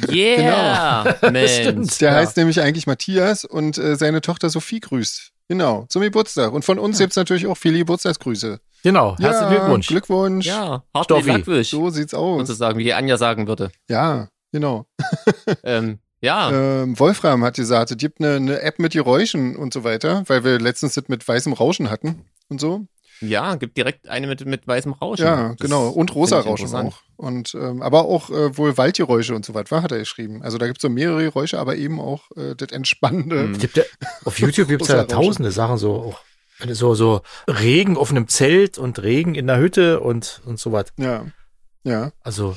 Yeah, Mensch.
Stimmt.
Der
Ja.
heißt nämlich eigentlich Matthias und äh, seine Tochter Sophie grüßt. Genau, zum Geburtstag. Und von uns gibt's natürlich auch viele Geburtstagsgrüße.
Genau, herzlichen
Ja,
Glückwunsch.
Glückwunsch.
Ja, hart
Stoffi.
Glückwunsch.
So sieht's aus.
sozusagen, wie Anja sagen würde.
Ja, genau.
Ähm, ja,
Ähm, Wolfram hat gesagt, es gibt eine, eine App mit Geräuschen und so weiter, weil wir letztens das mit weißem Rauschen hatten und so.
ja, gibt direkt eine mit, mit weißem Rauschen.
Ja,
Das
genau. Und rosa
find ich
Rauschen
interessant.
auch. Und, ähm, aber auch äh, wohl Waldgeräusche und so was, war, hat er geschrieben. Also da gibt es so mehrere Geräusche, aber eben auch äh, das Entspannende.
Mhm.
Es gibt ja, auf YouTube gibt es ja
Großer Rauschen.
tausende Sachen, so auch wenn du so, so Regen auf einem Zelt und Regen in der Hütte und, und so was.
Ja. Ja.
Also,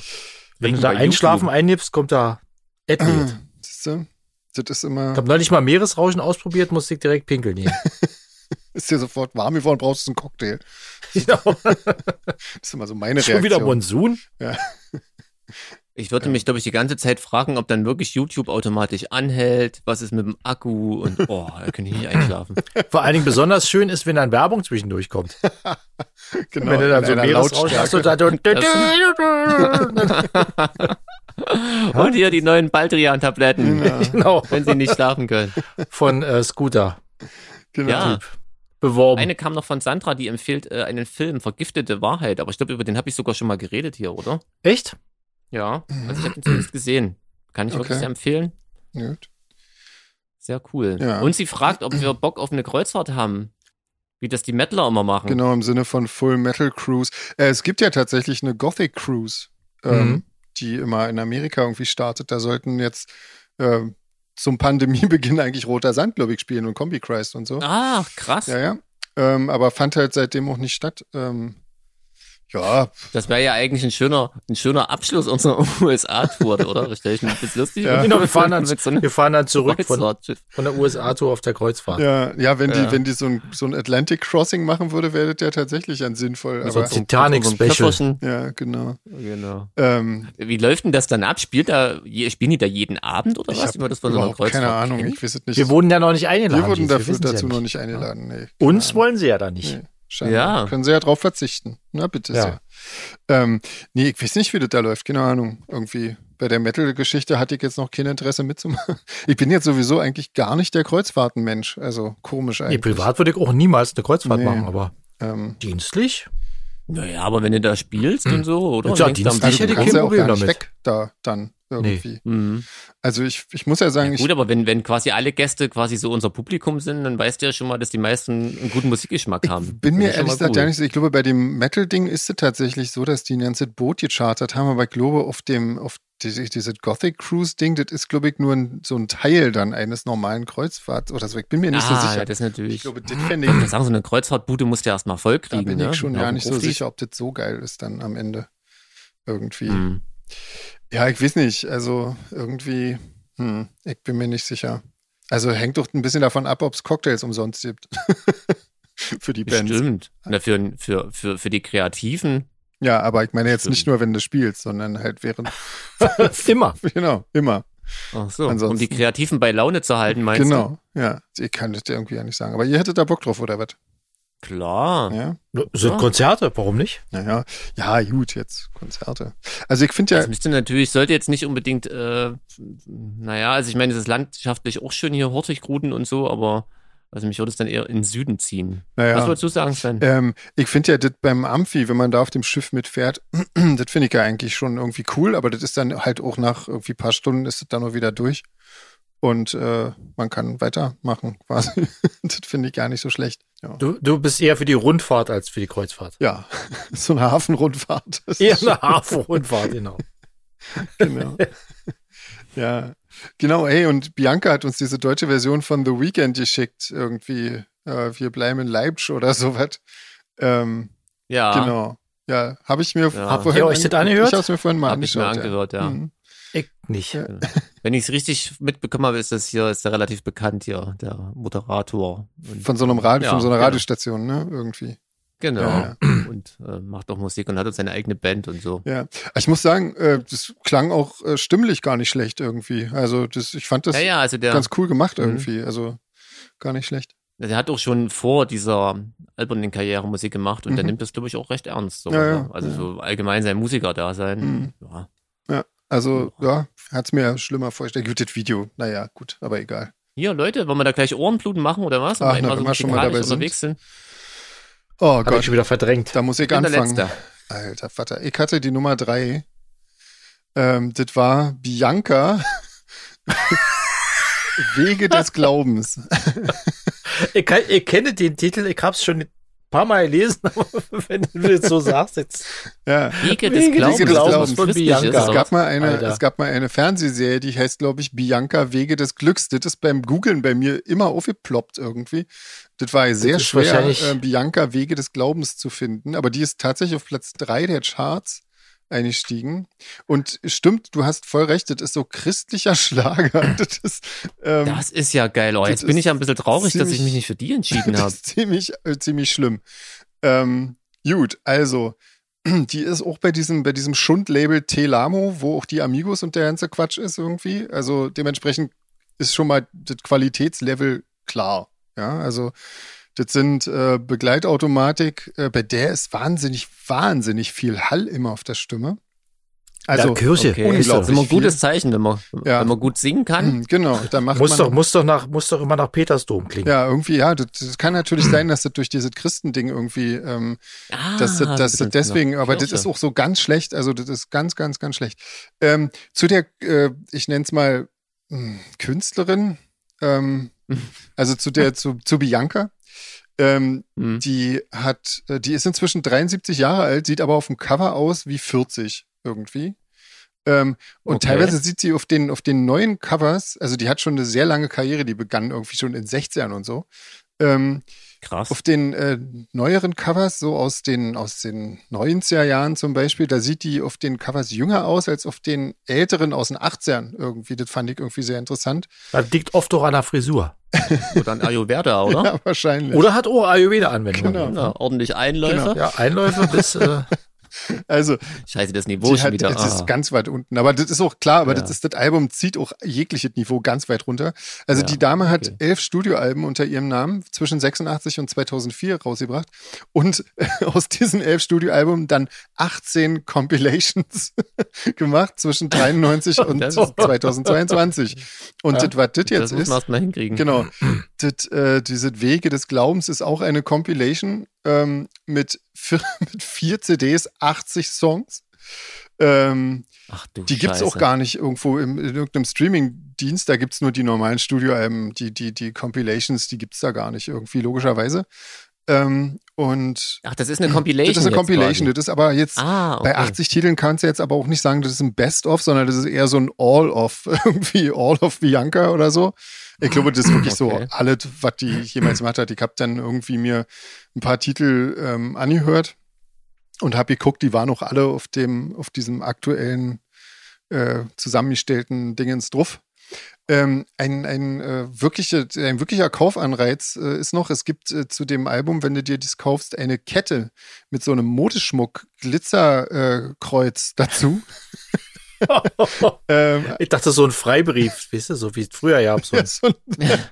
wenn
Regen
du da
bei
einschlafen
YouTube.
einnimmst, kommt da etwas.
Siehst du? Das ist
Ich
immer,
habe neulich mal Meeresrauschen ausprobiert, musste ich direkt pinkeln hier.
ist dir sofort warm geworden, brauchst du einen Cocktail.
genau.
Das ist immer so meine Reaktion.
Schon wieder Monsun?
Ich würde mich, glaube ich, die ganze Zeit fragen, ob dann wirklich YouTube automatisch anhält, was ist mit dem Akku und oh, da kann ich nicht einschlafen.
Vor allen Dingen besonders schön ist, wenn dann Werbung zwischendurch kommt.
genau,
wenn du dann
in
so
einer
Meeresrauschen hast und
Lautstärke.
da
Und hier die neuen Baldrian-Tabletten,
genau,
wenn sie nicht schlafen können.
von äh, Scooter
Genau.
Ja,
Um
beworben.
eine kam noch von Sandra, die empfiehlt äh, einen Film, Vergiftete Wahrheit, aber ich glaube, über den habe ich sogar schon mal geredet hier, oder?
Echt?
Ja, also ich habe ihn zumindest gesehen. Kann ich wirklich
Okay.
sehr empfehlen.
Gut.
Sehr cool.
Ja.
Und sie fragt, ob wir Bock auf eine Kreuzfahrt haben. Wie das die Mettler immer machen.
Genau, im Sinne von Full Metal Cruise. Äh, es gibt ja tatsächlich eine Gothic Cruise, ähm,
Mhm.
die immer in Amerika irgendwie startet. Da sollten jetzt ähm, zum Pandemiebeginn eigentlich Roter Sand, glaube ich, spielen und Combi Christ und so.
Ach, krass.
Ja, ja. Ähm, aber fand halt seitdem auch nicht statt. Ähm, ja,
Das wäre ja eigentlich ein schöner, ein schöner Abschluss unserer USA-Tour, oder? Das stelle ich mir ein bisschen lustig
Ja.
vor.
Genau, wir fahren dann,
Mit so einem
wir fahren dann zurück von,
Kreuzfahrtschiff.
von der USA-Tour auf der Kreuzfahrt.
ja, ja, wenn
Ja.
die, wenn die so ein, so ein Atlantic Crossing machen würde, wäre das ja tatsächlich dann sinnvoll.
Mit so
Aber,
einem Titanic-Special.
Mit unserem Köfferchen.
ja, genau.
Genau.
Ähm,
Wie läuft denn das dann ab? Spielt da, je- spielen die da jeden Abend oder
ich
was? Wie man
habe
das von so einer
überhaupt keine
Kreuzfahrt
Ahnung,
kennt?
ich weiß es nicht.
Wir wurden ja noch nicht
Wir
eingeladen.
wurden
Dies,
dafür,
wissen es
dazu
ja
noch
nicht. Ah.
nicht eingeladen. Nee, keine
Uns
Ahnung.
wollen sie ja da nicht.
Nee, scheinbar.
Ja.
Können sie ja drauf verzichten. Na, bitte
Ja.
sehr. Ähm, nee, ich weiß nicht, wie das da läuft. Keine Ahnung. Irgendwie bei der Metal-Geschichte hatte ich jetzt noch kein Interesse mitzumachen. Ich bin jetzt sowieso eigentlich gar nicht der Kreuzfahrtenmensch. Also komisch
Nee,
eigentlich.
privat würde ich auch niemals eine Kreuzfahrt
Nee.
machen, aber
ähm,
dienstlich?
Naja, aber wenn du da spielst und so, oder?
Ja,
Und denkst,
Dienst-
am-
Ich
also
hätte
du
kein
kannst ja auch
Problem
gar nicht
damit.
weg da dann. irgendwie.
Mhm.
Also ich, ich muss ja sagen,
Ja,
ich,
gut, aber wenn, wenn quasi alle Gäste quasi so unser Publikum sind, dann weißt du ja schon mal, dass die meisten einen guten Musikgeschmack haben.
Ich bin mir
Das ist schon
ehrlich
mal
gesagt
cool.
gar nicht so. Ich glaube, bei dem Metal-Ding ist es tatsächlich so, dass die ein ganzes Boot gechartert haben, aber ich glaube, auf dem, auf die- dieses Gothic Cruise-Ding, das ist, glaube ich, nur ein, so ein Teil dann eines normalen Kreuzfahrts oder so. Ich bin mir nicht
ah,
so sicher.
Ja, das ist natürlich.
ich glaube, das fände ich,
Ich sagen, so eine Kreuzfahrtbude musst du ja erstmal voll
da
kriegen.
bin
ne?
ich schon
Ja,
gar
auf
nicht
dem
so
Ruf dich.
sicher, ob das so geil ist dann am Ende. Irgendwie.
Mhm.
Ja, ich weiß nicht. Also irgendwie, hm, ich bin mir nicht sicher. Also hängt doch ein bisschen davon ab, ob es Cocktails umsonst gibt. Für die Bands.
Stimmt. Na, für, für, für, für die Kreativen.
Ja, aber ich meine jetzt
Stimmt.
nicht nur, wenn du spielst, sondern halt während,
Immer.
genau, immer.
Ach so, um
Ansonsten-
die Kreativen bei Laune zu halten, meinst
genau, ja. Ich kann das dir irgendwie ja nicht sagen. Aber ihr hättet da Bock drauf, oder was?
du? Klar.
Ja?
Sind
Ja.
Konzerte, warum nicht?
Naja, ja, gut, jetzt Konzerte. Also ich finde ja,
Das müsste natürlich, sollte jetzt nicht unbedingt, äh, naja, also ich meine, es ist landschaftlich auch schön hier, Hortiggruten und so, aber also mich würde es dann eher in den Süden ziehen. Was
naja,
wolltest du sagen, Sven?
ähm, ich finde ja das beim Amphi, wenn man da auf dem Schiff mitfährt, das finde ich ja eigentlich schon irgendwie cool, aber das ist dann halt auch nach irgendwie paar Stunden ist das dann nur wieder durch. Und äh, man kann weitermachen quasi. das finde ich gar nicht so schlecht. Ja,
Du, du bist eher für die Rundfahrt als für die Kreuzfahrt.
ja. so eine Hafenrundfahrt. Das
Eher
ist
eine Hafenrundfahrt, genau.
genau. ja, genau. Hey, und Bianca hat uns diese deutsche Version von The Weeknd geschickt. Irgendwie, äh, wir bleiben in Leipzig oder sowas. Ähm,
ja,
Genau. Ja, habe ich mir
Ah. Ja.
hab
Habt ihr euch
ange-
das angehört?
Ich habe es mir vorhin mal
habe ich mir
angeschaut.
angehört, ja.
ja. Mhm.
Ich nicht.
Wenn ich es richtig mitbekommen habe, ist das hier, ist der relativ bekannt hier, der Moderator. Und,
Von so einem Radio,
Ja,
von so einer
genau.
Radiostation, ne? Irgendwie.
genau.
Ja,
Und äh, macht auch Musik und hat auch seine eigene Band und so.
Ja. Ich muss sagen, äh, das klang auch äh, stimmlich gar nicht schlecht irgendwie. Also das, ich fand das
ja, ja, also der,
ganz cool gemacht
Mhm.
irgendwie. Also gar nicht schlecht.
der hat auch schon vor dieser albernen Karriere Musik gemacht und der
Mhm.
nimmt das, glaube ich, auch recht ernst. So,
Ja, ja,
ne? also
ja.
so allgemein sein Musiker-Dasein.
Mhm.
Ja.
Also ja, hat es mir schlimmer vorgestellt. Gut, das Video, naja, gut, aber egal.
Hier, Leute, wollen wir da gleich Ohrenbluten machen oder was?
Ach,
Wenn wir
na,
einmal
wenn wir schon mal
musikalisch
dabei sind.
unterwegs sind.
Oh
Habe ich
Gott,
schon wieder verdrängt.
da muss ich
Ich bin der
anfangen.
Letzte.
Alter Vater, ich hatte die Nummer drei. Ähm, das war Bianca. Wege des Glaubens.
Ich, kann, ich kenne den Titel, ich habe es schon ein paar Mal gelesen, aber wenn du das so sagst, jetzt.
Ja.
Wege
Wege
des
des
Glaubens.
Glaubens
was
von
christlich ist,
Bianca.
oder
Es gab, mal eine,
Alter.
es gab mal eine Fernsehserie, die heißt, glaube ich, Bianca Wege des Glücks. Das ist beim Googlen bei mir immer aufgeploppt irgendwie. Das war sehr
ist
schwer,
wahrscheinlich-
äh, Bianca Wege des Glaubens zu finden. Aber die ist tatsächlich auf Platz drei der Charts eingestiegen. Und stimmt, du hast voll recht, das ist so christlicher Schlager. Das ist, ähm,
Das ist ja geil. Oh,
Das
jetzt bin ich ja
ist
ein bisschen traurig, dass ich
ziemlich-
mich nicht für die entschieden
das
habe.
ist ziemlich, äh, ziemlich schlimm. Ähm, gut, also, die ist auch bei diesem, bei diesem Schundlabel Telamo, wo auch die Amigos und der ganze Quatsch ist irgendwie. Also dementsprechend ist schon mal das Qualitätslevel klar. Ja, also das sind äh, Begleitautomatik, äh, bei der ist wahnsinnig, wahnsinnig viel Hall immer auf der Stimme. Also,
Kirche.
Okay,
unglaublich
das ist immer ein
viel.
gutes Zeichen, wenn man,
Ja.
wenn man gut singen kann.
genau, da macht
Muss
man
doch, muss, doch nach, muss doch immer nach Petersdom klingen.
ja, irgendwie, ja, das, das kann natürlich sein, dass das durch dieses Christending irgendwie ähm,
Ah,
Das, das, das,
bitte.
deswegen, aber das
Kirche.
ist auch so ganz schlecht. Also, das ist ganz, ganz, ganz schlecht. Ähm, zu der, äh, ich nenne es mal mh, Künstlerin, ähm, also zu der, zu, zu Bianca. Ähm,
Hm.
die hat, äh, die ist inzwischen 73 Jahre alt, sieht aber auf dem Cover aus wie 40 irgendwie. Ähm, und
Okay.
teilweise sieht sie auf den, auf den neuen Covers, also die hat schon eine sehr lange Karriere, die begann irgendwie schon in 16 und so. Ähm,
Krass.
auf den äh, neueren Covers, so aus den, aus den 90er Jahren zum Beispiel, da sieht die auf den Covers jünger aus als auf den älteren aus den 80ern irgendwie. Das fand ich irgendwie sehr interessant.
Das liegt oft doch an der Frisur.
Oder ein Ayurveda, oder?
Ja, wahrscheinlich.
Oder hat auch Ayurveda-Anwendungen.
Genau.
Ja, ordentlich Einläufe.
Ja, Einläufe bis. Äh,
Also,
Scheiße, das Niveau
die
ist schon
hat,
wieder.
das
ah.
ist ganz weit unten. Aber das ist auch klar, aber
Ja.
das, ist, das Album zieht auch jegliches Niveau ganz weit runter. Also,
Ja,
die Dame hat
okay.
elf Studioalben unter ihrem Namen zwischen 86 und 2004 rausgebracht und aus diesen elf Studioalben dann 18 Compilations gemacht zwischen 93 und
Das ist-
2022. Und
Ja,
das, was das
das
jetzt
muss
ist,
man erst mal hinkriegen.
Genau. Das, äh, diese Wege des Glaubens ist auch eine Compilation ähm, mit, vier, mit vier CDs, 80 Songs. Ähm,
Ach du
die gibt's auch
Scheiße.
gar nicht irgendwo im, in irgendeinem Streaming-Dienst. Da gibt's nur die normalen Studioalben, die, die, die Compilations, die gibt's da gar nicht irgendwie, logischerweise. Ähm, und
Ach, das ist eine Compilation.
das ist eine
jetzt
Compilation.
quasi.
Das ist aber jetzt
Ah, okay.
bei 80 Titeln kannst du jetzt aber auch nicht sagen, das ist ein Best-of, sondern das ist eher so ein All-of, irgendwie All-of Bianca oder so. Ich glaube, das ist wirklich
Okay.
so alles, was die jemals gemacht hat. Ich habe dann irgendwie mir ein paar Titel ähm, angehört und habe geguckt, die waren auch alle auf dem, auf diesem aktuellen äh, zusammengestellten Dingens drauf. Ähm, ein, ein, äh, wirkliche, ein wirklicher Kaufanreiz äh, ist noch, es gibt äh, zu dem Album, wenn du dir dies kaufst, eine Kette mit so einem Modeschmuck-Glitzerkreuz äh, Kreuz dazu. ähm,
Ich dachte, so ein Freibrief, weißt du, so wie es früher ja so ein
so,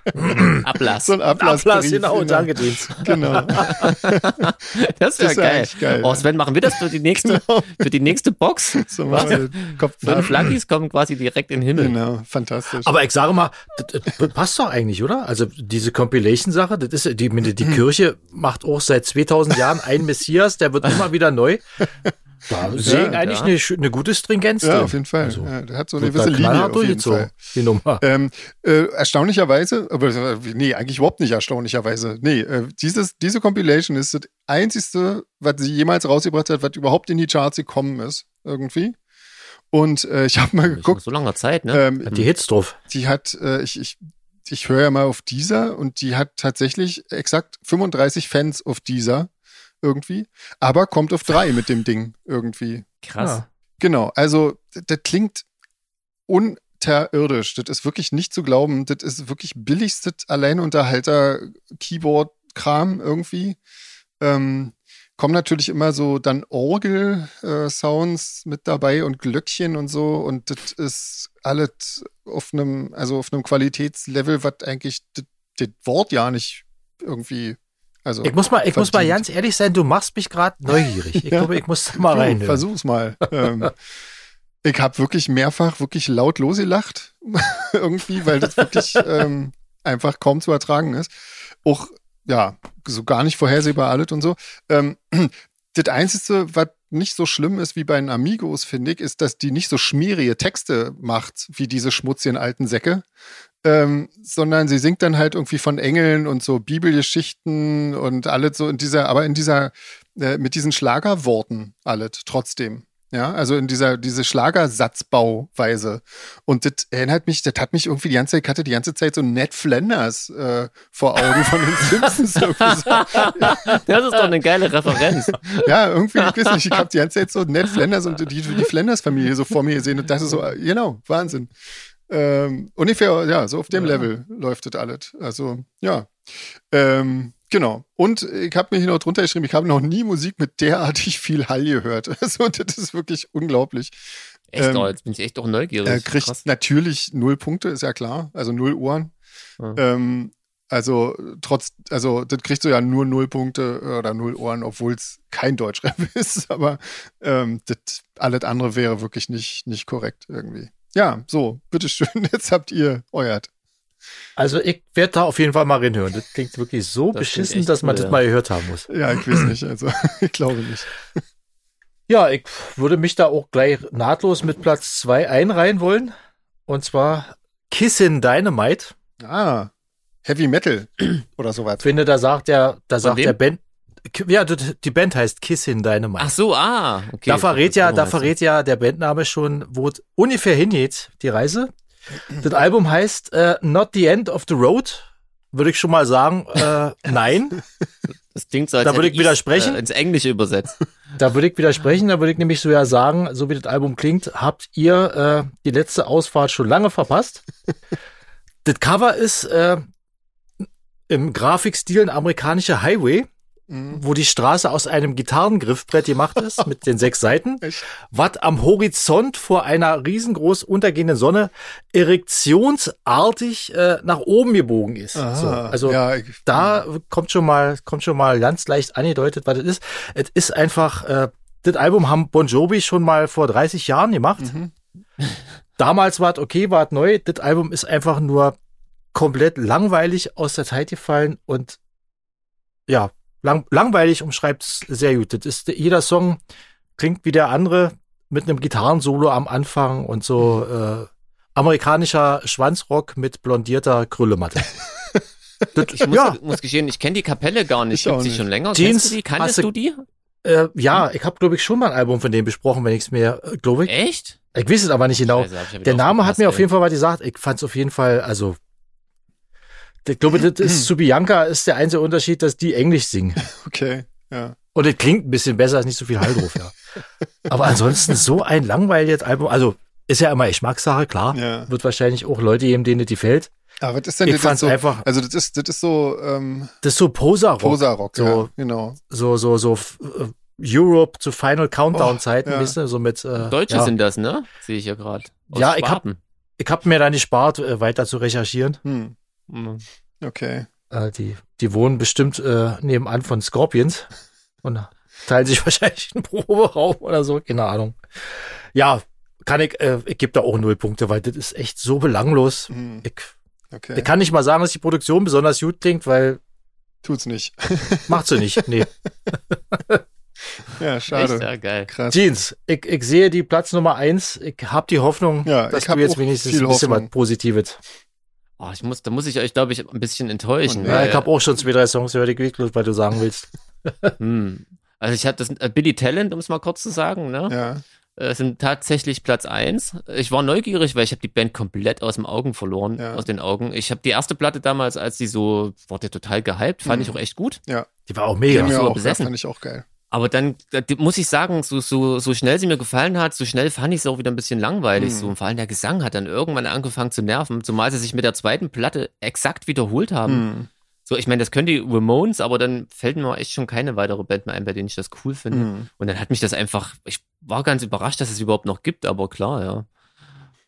ein-
Ablass.
so ein Ablass.
Ablass, genau, danke Dienst.
Genau.
das
Das
wäre
ist ja
geil.
eigentlich geil, Genau.
Oh,
ja.
Sven, machen wir das für die nächste, für die nächste Box?
So mal Kopf
Fünf Luckies kommen quasi direkt in den Himmel.
Genau, fantastisch.
Aber ich sage mal, das, das passt doch eigentlich, oder? Also diese Compilation-Sache, das ist ja- die, die, die Kirche macht auch seit 2000 Jahren einen Messias, der wird immer wieder neu. Da sehe ich
ja.
eigentlich eine, schö- eine gute Stringenz
ja,
drin.
auf jeden Fall.
Also,
ja, der hat so eine
wird da
gewisse Linie
knallhart
auf jeden
durchgezogen,
Fall.
die Nummer.
Ähm, äh, erstaunlicherweise, aber äh, nee, eigentlich überhaupt nicht erstaunlicherweise. Nee, äh, dieses, diese Compilation ist das einzigste, was sie jemals rausgebracht hat, was überhaupt in die Charts gekommen ist, irgendwie. Und äh, ich habe mal
Nach
geguckt,
So langer Zeit, ne?
ähm,
Hat die Hits drauf.
die hat, äh, ich, ich, ich höre ja mal auf dieser und die hat tatsächlich exakt 35 Fans auf dieser irgendwie, aber kommt auf drei mit dem Ding irgendwie.
Krass.
Genau, also d- das klingt unterirdisch. Das ist wirklich nicht zu glauben. Das ist wirklich billigstes Alleinunterhalter-Keyboard-Kram irgendwie. Ähm, kommen natürlich immer so dann Orgel-Sounds mit dabei und Glöckchen und so. Und das ist alles auf einem, also auf einem Qualitätslevel, was eigentlich das das Wort ja nicht irgendwie. Also,
Ich muss mal, ich muss mal
Verdient.
ganz ehrlich sein, du machst mich gerade neugierig. Ich
Ja.
glaube, ich muss da mal
Du,
rein.
Versuch's mal. ähm, ich habe wirklich mehrfach wirklich laut losgelacht, irgendwie, weil das wirklich ähm, einfach kaum zu ertragen ist. Auch, ja, so gar nicht vorhersehbar alles und so. Ähm, das Einzige, was nicht so schlimm ist wie bei den Amigos, finde ich, ist, dass die nicht so schmierige Texte macht, wie diese schmutzigen alten Säcke. Ähm, sondern sie singt dann halt irgendwie von Engeln und so Bibelgeschichten und alles so in dieser, aber in dieser, äh, mit diesen Schlagerworten alles trotzdem. Ja, also in dieser, diese Schlagersatzbauweise. Und das erinnert mich, das hat mich irgendwie die ganze Zeit, ich hatte die ganze Zeit so Ned Flanders äh, vor Augen von den Simpsons. Irgendwie so.
Das ist doch eine geile Referenz.
Ja, irgendwie, ich weiß nicht, ich habe die ganze Zeit so Ned Flanders und die, die Flanders-Familie so vor mir gesehen und dachte so, äh, genau, Wahnsinn. Ähm, ungefähr, ja, so auf dem Level läuft das alles. Also, ja. Ähm, genau. Und ich habe mir hier noch drunter geschrieben, ich habe noch nie Musik mit derartig viel Hall gehört. Also, das ist wirklich unglaublich.
Echt,
Ähm,
oh, jetzt bin ich echt doch neugierig.
Er Äh, kriegt
Krass.
natürlich null Punkte, ist ja klar. Also null Ohren.
Ja.
Ähm, also trotz, also das kriegst du ja nur null Punkte äh, oder null Ohren, obwohl es kein Deutschrap ist. Aber ähm, das alles andere wäre wirklich nicht, nicht korrekt irgendwie. Ja, so, bitteschön, jetzt habt ihr euert.
Also ich werde da auf jeden Fall mal reinhören. Das klingt wirklich so
Das klingt
beschissen,
echt
dass man
cool,
das
ja.
mal gehört haben muss.
Ja, ich weiß nicht, also ich glaube nicht.
Ja, ich würde mich da auch gleich nahtlos mit Platz 2 einreihen wollen. Und zwar Kissin Dynamite.
Ah, Heavy Metal oder
Ich
sowas.
finde, da sagt der, da sagt
wem?
der Band, ja, das- die Band heißt Kissin Dynamite.
Ach so, ah, okay.
da verrät ja, da
Meinst du?
verrät ja der Bandname schon, wo es ungefähr hingeht, die Reise. Das Album heißt äh, Not the End of the Road. Würde ich schon mal sagen, äh, nein.
Das klingt so, als
Da
hätte
würde ich
ich's,
widersprechen.
Äh, ins Englische übersetzt.
Da würde ich widersprechen, da würde ich nämlich so ja sagen, so wie das Album klingt, habt ihr äh, die letzte Ausfahrt schon lange verpasst. das Cover ist äh, im Grafikstil ein amerikanischer Highway,
Mhm.
wo die Straße aus einem Gitarrengriffbrett gemacht ist mit den sechs Seiten.
Echt?
Was am Horizont vor einer riesengroß untergehenden Sonne erektionsartig äh, nach oben gebogen ist.
Ah,
so, also
ja, ich,
da
Mhm.
kommt schon mal, kommt schon mal ganz leicht angedeutet, was es ist. Es ist einfach, äh, das Album haben Bon Jovi schon mal vor 30 Jahren gemacht.
Mhm.
Damals war es okay, war es neu. Das Album ist einfach nur komplett langweilig aus der Zeit gefallen und ja, lang, langweilig umschreibt es sehr gut. Das ist, jeder Song klingt wie der andere. mit einem Gitarrensolo am Anfang und so
Mhm.
äh, amerikanischer Schwanzrock mit blondierter Krüllematte.
Ich muss,
Ja.
muss gestehen, ich kenne die Kapelle gar nicht.
Ich auch
Gibt sie
nicht.
schon länger?
Jeans,
Kennst du die?
hast
Kanntest
du-
du die?
äh, ja, ich habe, glaube ich, schon mal ein Album von denen besprochen, wenn ich es mir, äh, glaube ich.
Hm. Echt?
Ich weiß es aber nicht genau.
Scheiße, hab ich ja wieder
Der Name hat
aufgepasst,
mir auf
ey.
jeden Fall was gesagt. Ich fand es auf jeden Fall, also. Ich glaube, das
Hm.
ist zu Bianca ist der einzige Unterschied, dass die Englisch singen.
Okay, ja.
Und es klingt ein bisschen besser, ist nicht so viel Hall drauf, ja. Aber ansonsten so ein langweiliges Album. Also, ist ja immer Geschmackssache, klar.
ja.
Wird wahrscheinlich auch Leute geben, denen das gefällt.
Aber was ist denn
Ich
das
fand's
so?
einfach,
Also das ist, das ist so ähm,
das ist so Poser-Rock.
Poser-Rock,
So.
ja, genau.
So, so, so f- äh, Europe zu Final Countdown-Zeiten,
Oh, ja.
weißt du, so mit. Äh,
Deutsche
ja.
sind das, ne? Sehe ich ja gerade. Aus
Ja, ich hab-
Schwaben.
Ich habe mir da nicht spart, äh, weiter zu recherchieren.
Hm,
Mhm.
okay.
Äh, die, die wohnen bestimmt äh, nebenan von Scorpions und teilen sich wahrscheinlich einen Proberaum oder so. Keine Ahnung. Ja, kann ich, äh, ich gebe da auch null Punkte, weil das ist echt so belanglos.
Hm,
Ich,
okay.
ich kann nicht mal sagen, dass die Produktion besonders gut klingt, weil
Tut's nicht.
macht sie nicht. Nee.
Ja,
Echt,
schade.
ja, geil.
Krass.
Jeans, ich, ich sehe die Platz Nummer eins. Ich habe die Hoffnung,
Ja,
dass
ich
du
hab
jetzt
auch
wenigstens
viel
ein bisschen
Hoffnung.
was Positives.
Oh, ich muss, da muss ich euch, glaube ich, ein bisschen enttäuschen.
Oh, nee.
Ja,
weil,
ich habe auch schon zwei, drei Songs gehört, ich weiß bloß, was du sagen willst.
hm. Also ich hatte das äh, Billy Talent, um es mal kurz zu sagen, ne?
Ja,
Äh, sind tatsächlich Platz eins. Ich war neugierig, weil ich habe die Band komplett aus dem Augen verloren,
Ja.
aus den Augen. Ich habe die erste Platte damals, als die so, wurde total gehypt, fand
Mhm.
ich auch echt gut.
Die war auch
ja,
mega.
so
mir auch, ja,
besessen.
fand ich auch geil.
Aber dann da, die- muss ich sagen, so, so, so schnell sie mir gefallen hat, so schnell fand ich es auch wieder ein bisschen langweilig.
Mhm.
So. Und vor allem der Gesang hat dann irgendwann angefangen zu nerven, zumal sie sich mit der zweiten Platte exakt wiederholt haben.
Hm.
So, ich meine, das können die Ramones, aber dann fällt mir echt schon keine weitere Band mehr ein, bei denen ich das cool finde.
Hm.
Und dann hat mich das einfach, ich war ganz überrascht, dass es überhaupt noch gibt, aber klar, ja.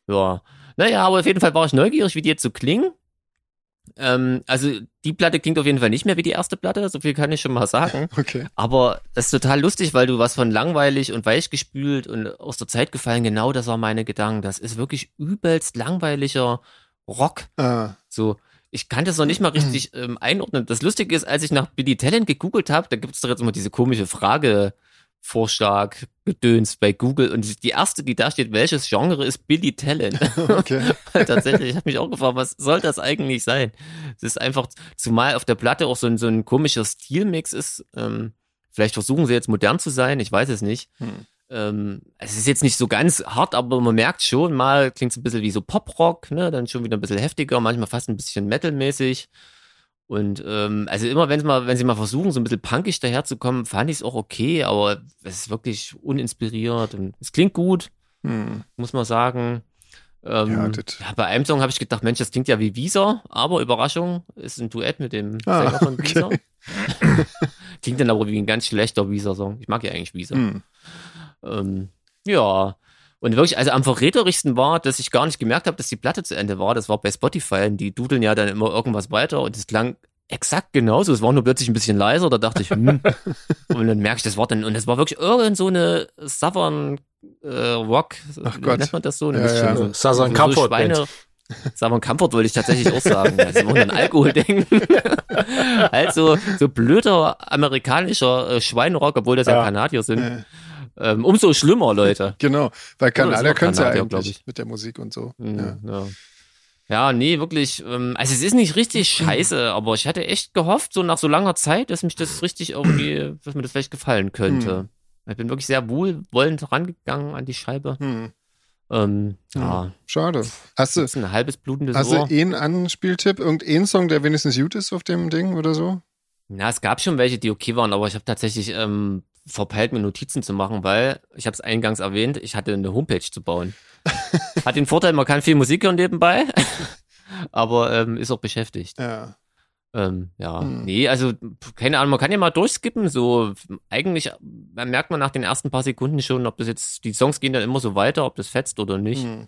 Ja. Naja, aber auf jeden Fall war ich neugierig, wie die jetzt so klingen. Ähm, also die Platte klingt auf jeden Fall nicht mehr wie die erste Platte, so viel kann ich schon mal sagen.
Okay.
Aber das ist total lustig, weil du was von langweilig und weichgespült und aus der Zeit gefallen, genau das war meine Gedanken. Das ist wirklich übelst langweiliger Rock.
Ah,
So, ich kann das noch nicht mal richtig ähm, einordnen. Das Lustige ist, als ich nach Billy Talent gegoogelt habe, da gibt es doch jetzt immer diese komische Frage. Vorschlag, Gedöns bei Google und die- die erste, die da steht, welches Genre ist Billy Talent?
okay.
Tatsächlich, ich habe mich auch gefragt, was soll das eigentlich sein? Es ist einfach, zumal auf der Platte auch so ein, so ein komischer Stilmix ist. Ähm, vielleicht versuchen sie jetzt modern zu sein, ich weiß es nicht.
Hm.
Ähm, es ist jetzt nicht so ganz hart, aber man merkt schon, mal klingt es ein bisschen wie so Poprock, ne? dann schon wieder ein bisschen heftiger, manchmal fast ein bisschen metalmäßig. Und ähm, also immer, wenn's mal, wenn sie mal versuchen, so ein bisschen punkig daherzukommen, fand ich es auch okay, aber es ist wirklich uninspiriert und es klingt gut,
Hm.
muss man sagen. Ähm,
Ja,
ja,
das-
bei einem Song habe ich gedacht, Mensch, das klingt ja wie Visa, aber Überraschung, ist ein Duett mit dem
Ah,
Sänger von
okay.
Visa. klingt dann aber wie ein ganz schlechter Visa-Song. Ich mag ja eigentlich Visa.
Hm.
Ähm, ja. Und wirklich, also am verräterischsten war, dass ich gar nicht gemerkt habe, dass die Platte zu Ende war. Das war bei Spotify. Und die dudeln ja dann immer irgendwas weiter und es klang exakt genauso. Es war nur plötzlich ein bisschen leiser. Da dachte ich, hm. und dann merke ich, das war dann, und das war wirklich irgend so eine Southern äh, Rock.
Ach
Wie
Gott.
nennt man das so?
Ja, ja.
so-
Southern
so
Comfort
Schweine- Southern Comfort wollte ich tatsächlich auch sagen. Also immer an Alkohol denken. also so blöder amerikanischer äh, Schweinrock, obwohl das ja,
Ja.
Kanadier sind.
Ja,
Ähm, umso schlimmer, Leute.
Genau, weil
das
Kanadier
war
können ja
Kanadier, glaub
eigentlich mit der Musik und so.
Mhm,
Ja.
Ja. ja, nee, wirklich. Ähm, also es ist nicht richtig scheiße, aber ich hatte echt gehofft, so nach so langer Zeit, dass mich das richtig irgendwie, dass mir das vielleicht gefallen könnte. Ich bin wirklich sehr wohlwollend rangegangen an die Scheibe.
Hm.
Ähm, ja,
Schade. Hast du,
das ist ein halbes blutendes
hast du
Ohr.
einen Anspieltipp? Irgendeinen Song, der wenigstens gut ist auf dem Ding oder so?
Na, es gab schon welche, die okay waren, aber ich habe tatsächlich ähm, verpeilt, mir Notizen zu machen, weil, ich habe es eingangs erwähnt, ich hatte eine Homepage zu bauen. Hat den Vorteil, man kann viel Musik hören nebenbei, aber ähm, ist auch beschäftigt.
Ja.
Ähm, ja,
Hm.
nee, also pf, keine Ahnung, man kann ja mal durchskippen, so eigentlich äh, man merkt man nach den ersten paar Sekunden schon, ob das jetzt, die Songs gehen dann immer so weiter, ob das fetzt oder nicht.
Hm.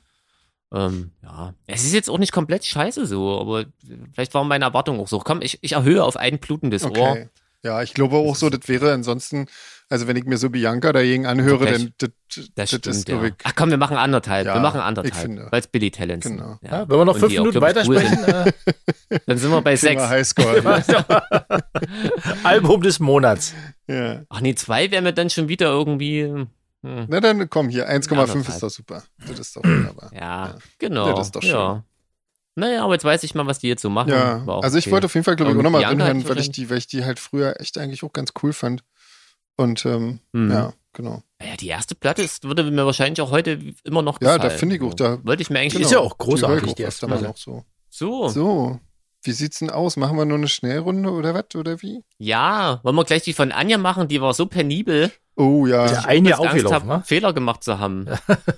Ähm, ja, es ist jetzt auch nicht komplett scheiße so, aber äh, vielleicht waren meine Erwartungen auch so. Komm, ich, ich erhöhe auf ein blutendes Ohr.
Okay. Ja, ich glaube auch
Das
so,
ist-
das wäre ansonsten, also wenn ich mir so Bianca dagegen anhöre,
Doch,
dann das,
Das, stimmt,
ist,
ja.
glaube ich,
Ach komm, wir machen anderthalb,
Ja,
wir machen
ich finde.
anderthalb, weil es Billy Talents sind.
Genau.
Ja, wenn wir noch
Und
fünf
die auch,
Minuten
glaub ich, cool
weitersprechen, äh,
sind. Dann sind wir bei
Thema
sechs.
Highscore.
Album des Monats.
ja.
Ach nee, zwei wären mir dann schon wieder irgendwie, Hm.
Na dann komm hier, 1,5
Anderthalb.
ist doch super. Das ist
Mhm.
doch wunderbar.
Ja,
Ja.
genau.
Ja, das ist doch schön.
Ja. Naja, aber jetzt weiß ich mal, was die jetzt so machen.
Ja,
War auch
also ich
okay.
wollte auf jeden Fall, glaube ich,
Aber
auch nochmal
die anderen
anhören,
halt
weil ich, die, weil ich die halt früher echt eigentlich auch ganz cool fand. Und ähm,
Hm.
ja, genau.
Naja, die erste Platte ist, würde mir wahrscheinlich auch heute immer noch
Ja, da
gefallen.
finde ich auch, da-
Wollte ich mir eigentlich
ist ja auch großartig,
Die höre
Genau.
ich
die
auch
erste Oh.
öfter mal
Platte.
noch
so.
so. So, wie sieht's denn aus? Machen wir nur eine Schnellrunde oder was? Oder wie?
Ja, wollen wir gleich die von Anja machen? Die war so penibel,
Oh ja,
Ja, ein Jahr
dass ich Angst
aufgelaufen,
hab,
ne?
Fehler gemacht zu haben,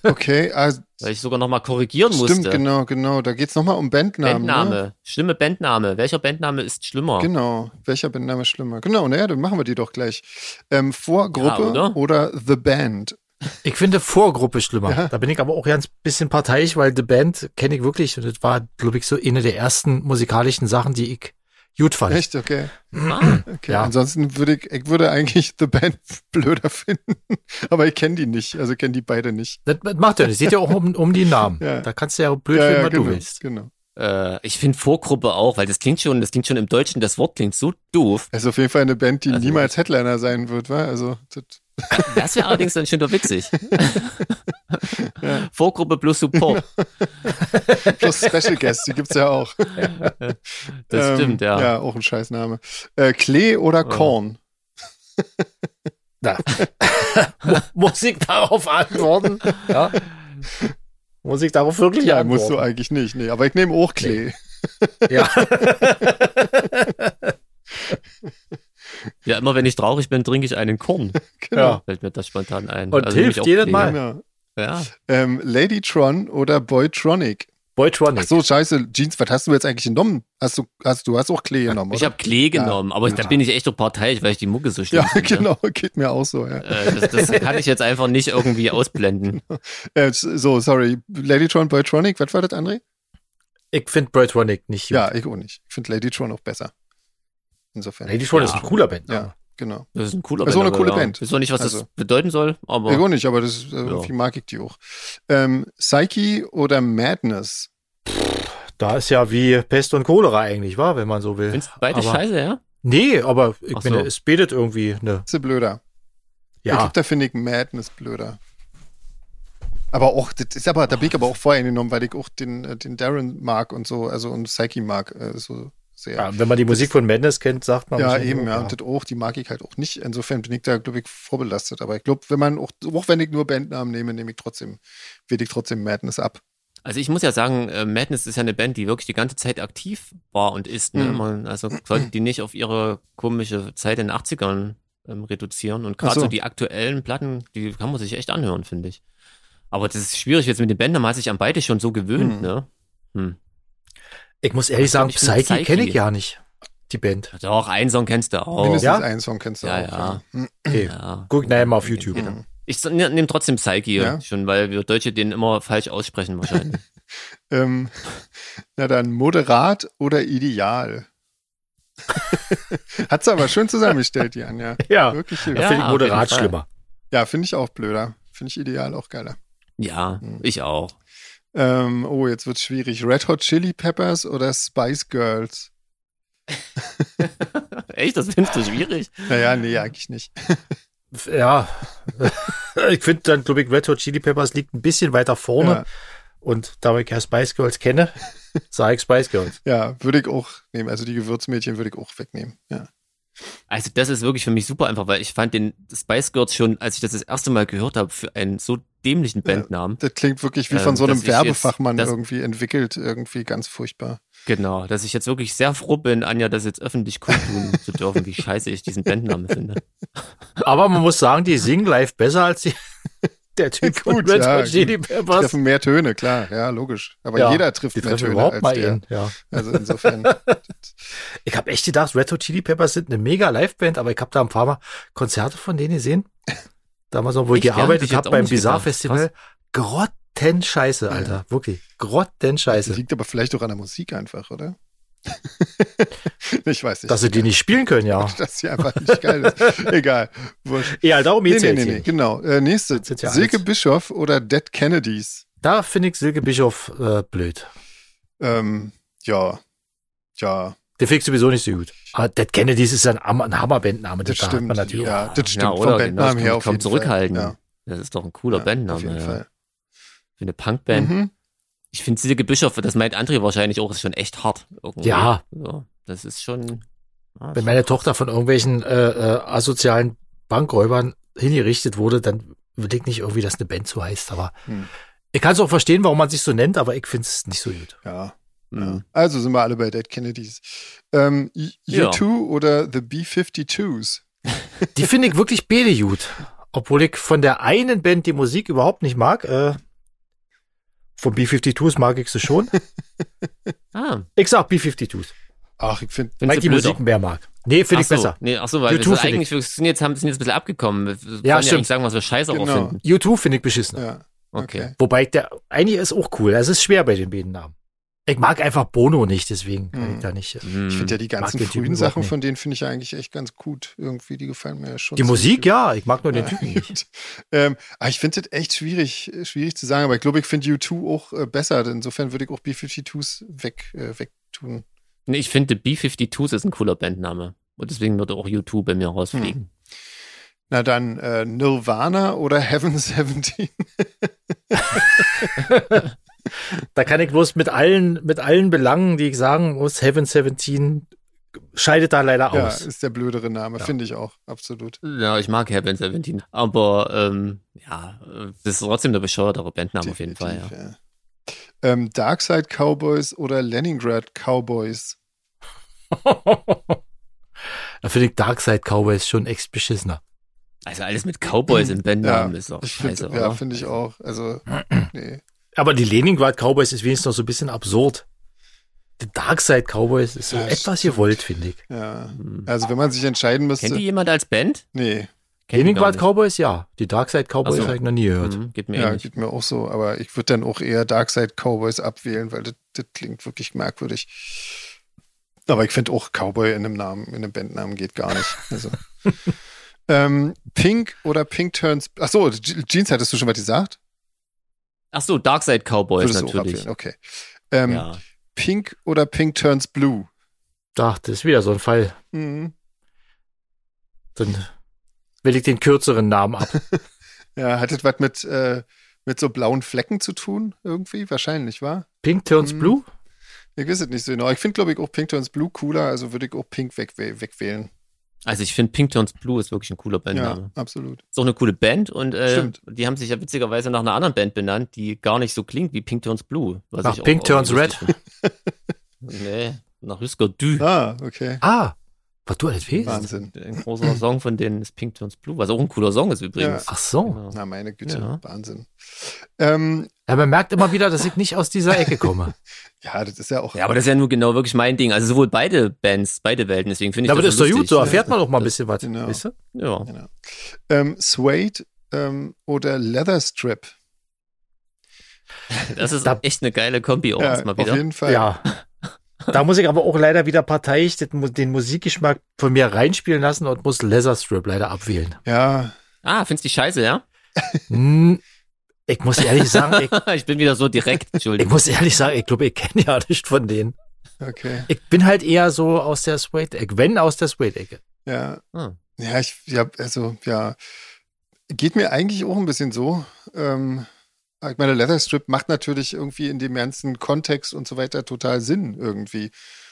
okay. Ah,
weil ich sogar nochmal korrigieren
stimmt,
musste.
genau, genau. Da geht's nochmal um Bandnamen.
Bandname.
Ne?
Schlimme Bandname. Welcher Bandname ist schlimmer?
Genau, welcher Bandname ist schlimmer? Genau, naja, dann machen wir die doch gleich. Ähm, Vorgruppe
Ja, oder?
oder? The Band.
Ich finde Vorgruppe schlimmer.
Ja.
Da bin ich aber auch ganz bisschen parteiisch, weil The Band kenne ich wirklich und das war, glaube ich, so eine der ersten musikalischen Sachen, die ich gut fand.
Echt, okay.
Ah,
okay.
Ja.
Ansonsten würde ich, ich würde eigentlich The Band blöder finden, aber ich kenne die nicht, also kenne die beide nicht.
Das das macht ja nicht. Sieht ja auch um, um die Namen.
Ja.
Da kannst du ja blöd finden, was
genau,
du willst.
genau.
äh, ich finde Vorgruppe auch, weil das klingt schon, das klingt schon im Deutschen, das Wort klingt so doof.
Also auf jeden Fall eine Band, die
Also-
niemals Headliner sein wird, wa? Also das,
Das wäre allerdings dann schon doch witzig. Vorgruppe plus Support.
plus Special Guests, die gibt's ja auch.
Das
Ähm,
stimmt, ja.
Ja, auch ein Scheißname. Äh, Klee oder Korn?
Da. Muss ich darauf antworten? Ja. Muss ich darauf wirklich
Ja, musst du
antworten?
eigentlich nicht, nee. Aber ich nehme auch Klee.
ja.
Ja, immer wenn ich traurig bin, trinke ich einen Korn.
ja.
Fällt mir das spontan ein. Also
Und hilft
mich auch
jedes
pflegen.
Mal.
Genau.
Ja.
Ähm, Ladytron oder Boytronic?
Boytronic.
Ach so, scheiße, Jeans, was hast du jetzt eigentlich genommen? Hast du, hast, du hast auch Klee genommen,
Ich
oder?
habe Klee genommen, aber ich, da bin ich echt so parteiisch, weil ich die Mucke so schlimm
ja,
finde.
genau, geht mir auch so, ja.
Äh, das, das kann ich jetzt einfach nicht irgendwie ausblenden.
Äh, so, sorry. Ladytron, Boytronic, was war das, André?
Ich finde Boytronic nicht gut.
Ja, ich auch nicht. Ich finde Ladytron auch besser. Insofern.
Ladytron
Ja.
ist ein cooler Band. ne?
ja, genau.
Das ist ein cooler
Das ist auch eine
aber
coole
ja.
Band.
Ich weiß auch nicht, was das
Also.
bedeuten soll,
Ich
aber
auch nicht, aber das ist, äh, irgendwie mag ich die auch. Ähm, Psyche oder Madness?
Da ist ja wie Pest und Cholera eigentlich, war, wenn man so
Äh,
will.
findest beide
aber,
scheiße, ja?
Nee, aber ich
Ach
meine,
so.
es betet irgendwie eine.
Ist sie blöder. Ich
Ja,
glaub, da finde ich Madness blöder. Aber auch, das ist aber, da bin ich aber auch voreingenommen, weil ich auch den, äh, den Darren mag und so, also und Psyche mag äh, so sehr.
ja, wenn man die Musik von Madness kennt, sagt man.
Ja,
wahrscheinlich
eben,
auch,
ja. Und das auch, die mag ich halt auch nicht. Insofern bin ich da, glaube ich, vorbelastet. Aber ich glaube, wenn man auch, auch wenn ich nur Bandnamen nehme, nehme ich trotzdem, wähle ich trotzdem Madness ab.
Also ich muss ja sagen, äh, Madness ist ja eine Band, die wirklich die ganze Zeit aktiv war und ist. Ne?
Mhm.
Man, also sollte die nicht auf ihre komische Zeit in den 80ern ähm, reduzieren. Und
Ach
gerade so.
so.
die aktuellen Platten, die kann man sich echt anhören, finde ich. Aber das ist schwierig jetzt mit den Bändern, man hat sich an beide schon so gewöhnt,
Mhm.
ne? Hm.
Ich muss ehrlich sagen,
Ich find
Psyche kenne ich
Psyche.
ja nicht. Die Band.
Doch, einen Song kennst du auch.
Mindestens
Ja?
einen Song kennst du
Oh. Ja,
auch.
ja.
Hm.
Okay.
Ja.
Guck nachher mal auf YouTube.
Geht dann. Ich nehme trotzdem Psyche
Ja.
schon, weil wir Deutsche den immer falsch aussprechen wahrscheinlich.
Ähm, na dann, moderat oder ideal? Hat's aber schön zusammengestellt, die Anja.
Ja,
Wirklich schön.
da
Ja,
Ja,
finde
auf
ich moderat
jeden Fall.
schlimmer.
finde ich auch blöder. Finde ich ideal auch geiler.
ja,
Mhm.
ich auch.
Ähm, oh, jetzt wird's schwierig. Red Hot Chili Peppers oder Spice Girls?
Echt, das findest du schwierig?
Naja, nee, eigentlich nicht.
F- Ja. ich finde dann, glaube ich, Red Hot Chili Peppers liegt ein bisschen weiter vorne.
Ja.
Und da ich ja Spice Girls kenne, sage ich Spice Girls.
Ja, würde ich auch nehmen. Also die Gewürzmädchen würde ich auch wegnehmen. Ja.
Also das ist wirklich für mich super einfach, weil ich fand den Spice Girls schon, als ich das das erste Mal gehört habe, für einen so dämlichen Bandnamen.
Das klingt wirklich wie
Ähm,
von so
dass
einem
ich jetzt-
Werbefachmann
das-
irgendwie entwickelt, irgendwie ganz furchtbar.
Genau, dass ich jetzt wirklich sehr froh bin, Anja, das jetzt öffentlich kundtun zu dürfen, wie scheiße ich diesen Bandnamen finde.
Aber man muss sagen, die singen live besser als die, der Typ von
Gut,
Red
ja,
Hot Chili
gut.
Peppers.
Treffen mehr Töne, klar, ja, logisch. Aber
Ja,
jeder trifft
Die
mehr
treffen
Töne
überhaupt
als
mal
der.
ihn. Ja.
Also insofern.
Ich habe echt gedacht, Red Hot Chili Peppers sind eine mega Liveband, aber ich habe da ein paar Mal Konzerte von denen gesehen. Damals noch, wo ich
Echt, ja? Hätte
gearbeitet
ich jetzt
habe
auch
beim
nicht
Bizarre
gedacht.
Festival. Grotten Scheiße, Alter. Wirklich. Grotten
Das
Scheiße.
liegt aber vielleicht auch an der Musik einfach, oder? ich weiß nicht.
Dass sie die nicht spielen können, ja.
dass sie einfach nicht geil ist. Egal. Wurscht.
Ja, darum
Nee,
geht's
nee,
jetzt
nee,
hier
nee,
nicht.
genau. Äh, nächste.
Das sind ja
Silke
alles-
Bischof oder Dead Kennedys?
Da finde ich Silke Bischof äh, blöd.
Ähm, ja. Ja,
Der fix sowieso nicht so gut. Aber Dead Kennedys ist ja ein, Hammer- ein Hammerbandname.
das
da hat
stimmt.
man natürlich.
Ja, das stimmt.
Ja, oder?
Vom Bandnamen
Genau, das
her
kann
auf
man
jeden
zurückhalten.
Fall.
Das ist doch ein cooler
Ja,
Bandname.
Auf jeden
ja.
Fall.
Für eine Punkband.
Mhm.
Ich finde Silke Bischof, das meint André wahrscheinlich auch, ist schon echt hart. Irgendwie.
Ja.
So, das ist schon. Ah,
Wenn meine Tochter von irgendwelchen äh, äh, asozialen Bankräubern hingerichtet wurde, dann überleg nicht irgendwie, dass eine Band so heißt. Aber
Hm.
ich kann es auch verstehen, warum man sich so nennt, aber ich finde es nicht so gut.
Ja.
mh.
Also sind wir alle bei Dead Kennedys. Ähm, U-
Ja.
U2 oder The B-52s?
Die finde ich wirklich beide gut. Obwohl ich von der einen Band die Musik überhaupt nicht mag. Äh, von B-52s mag ich sie schon.
Ah,
Ich sag B-52s,
Ach, ich finde,
findest
weil
du
ich die
blöder?
Musik mehr mag. Nee, finde ich
Ach so,
besser.
Nee, ach so, weil
U2
wir sind
find
eigentlich, wir sind jetzt, haben, sind jetzt ein bisschen abgekommen. Wir wollen
Ja,
ja,
stimmt.
eigentlich sagen, was wir scheiße
Genau.
auch finden.
U2 finde ich beschissener.
ja.
Okay.
Okay.
Wobei der eigentlich ist auch cool. also Es ist schwer bei den beiden Namen. Ich mag einfach Bono nicht, deswegen kann
Hm.
ich da nicht. äh,
Hm.
Ich finde ja die ganzen
den Typen
frühen Sachen,
überhaupt
von denen finde ich ja eigentlich echt ganz gut. Irgendwie, die gefallen mir ja schon.
Die
ziemlich
Musik,
gut.
ja, ich mag nur den Typen nicht.
Gut. ähm, aber ich finde das echt schwierig, äh, schwierig zu sagen, aber ich glaube, ich finde U2 auch äh, besser. Insofern würde ich auch B-52s weg, äh, wegtun.
Nee, ich finde B-52s ist ein cooler Bandname. Und deswegen würde auch U2 bei mir rausfliegen.
Na dann äh, Nirvana oder Heaven 17.
Da kann ich bloß mit allen, mit allen Belangen, die ich sagen muss, Heaven 17 scheidet da leider
Ja,
aus.
ist der blödere Name,
Ja.
finde ich auch, absolut.
Hm. Ja, ich mag Heaven 17. Aber ähm, ja, äh, das ist trotzdem der bescheuertere Bandname auf jeden Fall. Ja.
Definitiv, ja. Ähm, Darkside Cowboys oder Leningrad Cowboys?
da finde ich Darkseid Cowboys schon echt beschissener.
Also alles mit Cowboys im Bandnamen ist doch
ich
scheiße.
find, ja,
oder?
finde ich auch. Also, nee.
Aber die Leningrad Cowboys ist wenigstens noch so ein bisschen absurd. Die Darkseid Cowboys ist so
Ja,
etwas gewollt, finde ich.
Ja.
Hm.
Also, wenn man sich entscheiden müsste.
Kennt die jemand als Band?
Nee,
Kennt die
Leningrad
gar
Cowboys, ja. Die Darkseid Cowboys
Ach so.
habe ich noch nie gehört.
nicht. Hm, Geht mir
ja,
ähnlich.
geht mir auch so. Aber ich würde dann auch eher Darkside Cowboys abwählen, weil das, das klingt wirklich merkwürdig. Aber ich finde auch Cowboy in einem Namen, in einem Bandnamen geht gar nicht. Also. ähm, Pink oder Pink Turns. Achso, Jeans hattest du schon was gesagt?
Ach so, Darkside Cowboys
Würdest du auch
natürlich.
abwählen, okay. Ähm,
Ja.
Pink oder Pink Turns Blue?
Ach, das ist wieder so ein Fall.
Mhm.
Dann will ich den kürzeren Namen ab.
Ja, hat das was mit, äh, mit so blauen Flecken zu tun? Irgendwie? Wahrscheinlich, war?
Pink Turns
Hm.
Blue?
Ich weiß es nicht so genau. Ich finde, glaube ich, auch Pink Turns Blue cooler, also würde ich auch Pink weg, wegwählen.
Also ich finde Pink Turns Blue ist wirklich ein cooler Bandname.
Ja, absolut.
Ist auch eine coole Band und äh,
Stimmt.
die haben sich ja witzigerweise nach einer anderen Band benannt, die gar nicht so klingt wie Pink Turns Blue. Was
Nach
ich
Pink
auch
Turns
lustig finde. nee, nach Husker Du.
Ah, okay.
Ah, was du alles weißt?
Wahnsinn.
Ein großer Song von denen ist Pink Turns Blue, was auch ein cooler Song ist übrigens.
Ach so.
Genau.
Na, meine Güte,
Ja.
Wahnsinn. Ähm,
Ja, man merkt immer wieder, dass ich nicht aus dieser Ecke komme.
ja, das ist ja auch.
Ja, aber das ist ja nur genau wirklich mein Ding. Also sowohl beide Bands, beide Welten, deswegen finde ich
Ja, aber das
das
ist doch gut, so
lustig.
erfährt man doch mal ein bisschen was.
Genau.
Weißt du?
Ja.
ähm, Suede ähm, oder Leatherstrip?
Das ist
Da-
echt eine geile Kombi auch
Ja,
erstmal
auf
wieder.
jeden Fall.
Ja. Da muss ich aber auch leider wieder parteiisch den, Mu- den Musikgeschmack von mir reinspielen lassen und muss Leatherstrip leider abwählen.
ja.
Ah, findest du die scheiße, ja?
Hm, ich muss ehrlich sagen, ich,
ich bin wieder so direkt,
ich
Entschuldigung.
muss ehrlich sagen, ich glaube, ich kenne ja nicht von denen.
okay.
Ich bin halt eher so aus der Suede-Ecke, wenn aus der Suede-Ecke.
Ja.
Ah.
Ja, ich, ja, also, ja. Geht mir eigentlich auch ein bisschen so. Ähm, ich meine, Leatherstrip macht natürlich irgendwie in dem ganzen Kontext und so weiter total Sinn irgendwie.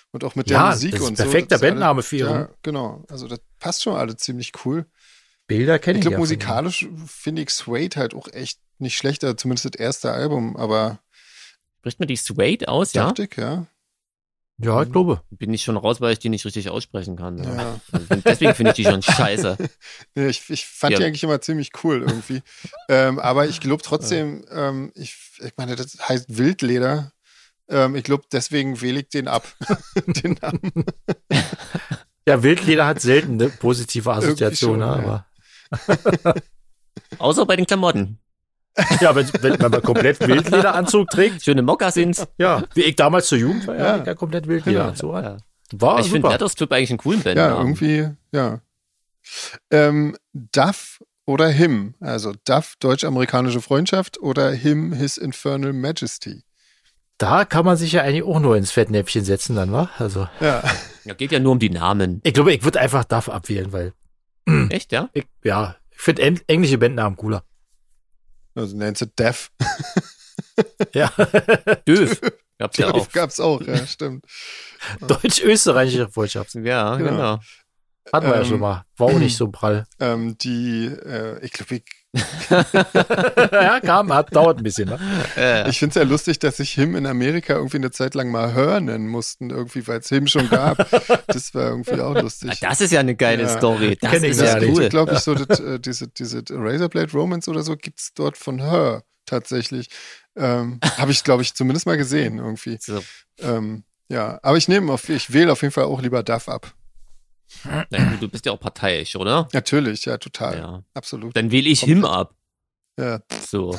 Und auch mit der
Ja,
Musik
das ist
und so.
perfekter
das ist alles-
Bandname für ihren-
Ja, genau. Also, das passt schon alle ziemlich cool.
Bilder kenne
Ich
ich,
glaube,
ja von denen.
musikalisch finde ich Suede halt auch echt nicht schlechter, zumindest das erste Album, aber
Spricht man die Suede aus, ja?
dachte ich, ja.
Ja, ich glaube.
bin ich schon raus, weil ich die nicht richtig aussprechen kann.
ja.
Ja. Also deswegen finde ich die schon scheiße.
Nee, ich, ich fand
Ja.
die eigentlich immer ziemlich cool irgendwie. ähm, aber ich glaube trotzdem, ähm, ich, ich meine, das heißt Wildleder. Ähm, ich glaube, deswegen wähle ich den ab. den Namen.
Ja, Wildleder hat selten eine positive Assoziation,
schon,
ne,
ja.
aber.
Außer bei den
Hm.
Klamotten.
Ja, wenn, wenn man komplett Wildlederanzug trägt,
Schöne Mokassins.
ja, wie ich damals zur Jugend war, ja,
Ja. halt. Ah,
ich ja komplett Wildlederanzug an.
Ja.
War
ich finde
super.
Leatherstrip eigentlich einen coolen Band.
Ja, irgendwie, ja. Ähm, Duff oder Him? Also Duff, deutsch-amerikanische Freundschaft oder Him, His Infernal Majesty.
Da kann man sich ja eigentlich auch nur ins Fettnäpfchen setzen, dann, wa? Also,
Ja,
Ja, geht ja nur um die Namen.
ich glaube, ich würde einfach Duff abwählen, weil,
Hm.
Echt, ja?
ich, ja, ich finde en- englische Bandnamen cooler.
Also nennt sie Dev.
Ja.
Döf. Gab's ja auch.
Gab's auch, ja, stimmt.
Deutsch-österreichische Freundschaft.
Ja,
Genau.
genau.
Hatten wir ja
Ähm,
schon mal. War auch nicht so prall.
Ähm, die, äh, ich glaube, ich,
ja, kam, hat, dauert ein bisschen. Ne?
Äh,
ich finde es ja lustig, dass sich Him in Amerika irgendwie eine Zeit lang mal Hör nennen mussten, irgendwie, weil es Him schon gab. das war irgendwie auch lustig.
Ah, das ist ja eine geile
Ja.
Story. Das
Kenn ich
ist ja
ja nicht.
cool.
glaube ich, so das, äh, diese, diese Razorblade Romance oder so gibt es dort von Hör tatsächlich. Ähm, Habe ich, glaube ich, zumindest mal gesehen irgendwie.
So,
Ähm, ja, aber ich nehme auf, ich wähle auf jeden Fall auch lieber Duff ab.
na gut, du bist ja auch parteiisch, oder?
Natürlich, ja, total.
Ja.
Absolut.
Dann wähle ich Him ab.
Ja.
So.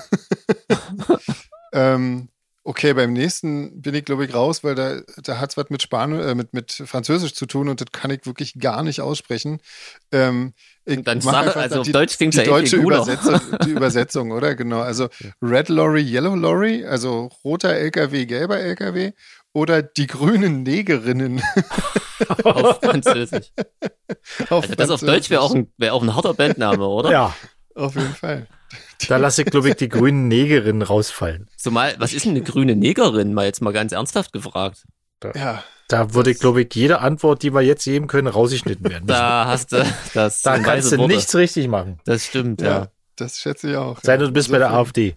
Ähm, okay, beim nächsten bin ich, glaube ich, raus, weil da, da hat es was mit Spanisch, äh, mit, mit Französisch zu tun und das kann ich wirklich gar nicht aussprechen. Ähm, ich
Und dann
mach
sag,
einfach
also
dann
auf Deutsch klingt
die
ja eh
deutsche
viel cooler.
Übersetzung, die Übersetzung, oder? Genau. Also Red Lorry, Yellow Lorry, also roter LKW, gelber LKW oder die grünen Negerinnen.
Auf Französisch.
Auf
Also das auf Deutsch wäre auch, ein- wär auch ein harter Bandname, oder?
Ja,
Auf jeden Fall.
da lasse ich, glaube ich, die grünen Negerinnen rausfallen.
Zumal, was ist denn eine grüne Negerin? Mal jetzt mal ganz ernsthaft gefragt.
Ja,
Da würde, glaube ich, jede Antwort, die wir jetzt geben können, rausgeschnitten werden.
Da hast du das.
da
sind
kannst
weise
du
Worte.
nichts richtig machen.
Das stimmt,
ja.
ja.
Das schätze ich auch.
Sei denn, du bist bei der
Insofern-
AfD.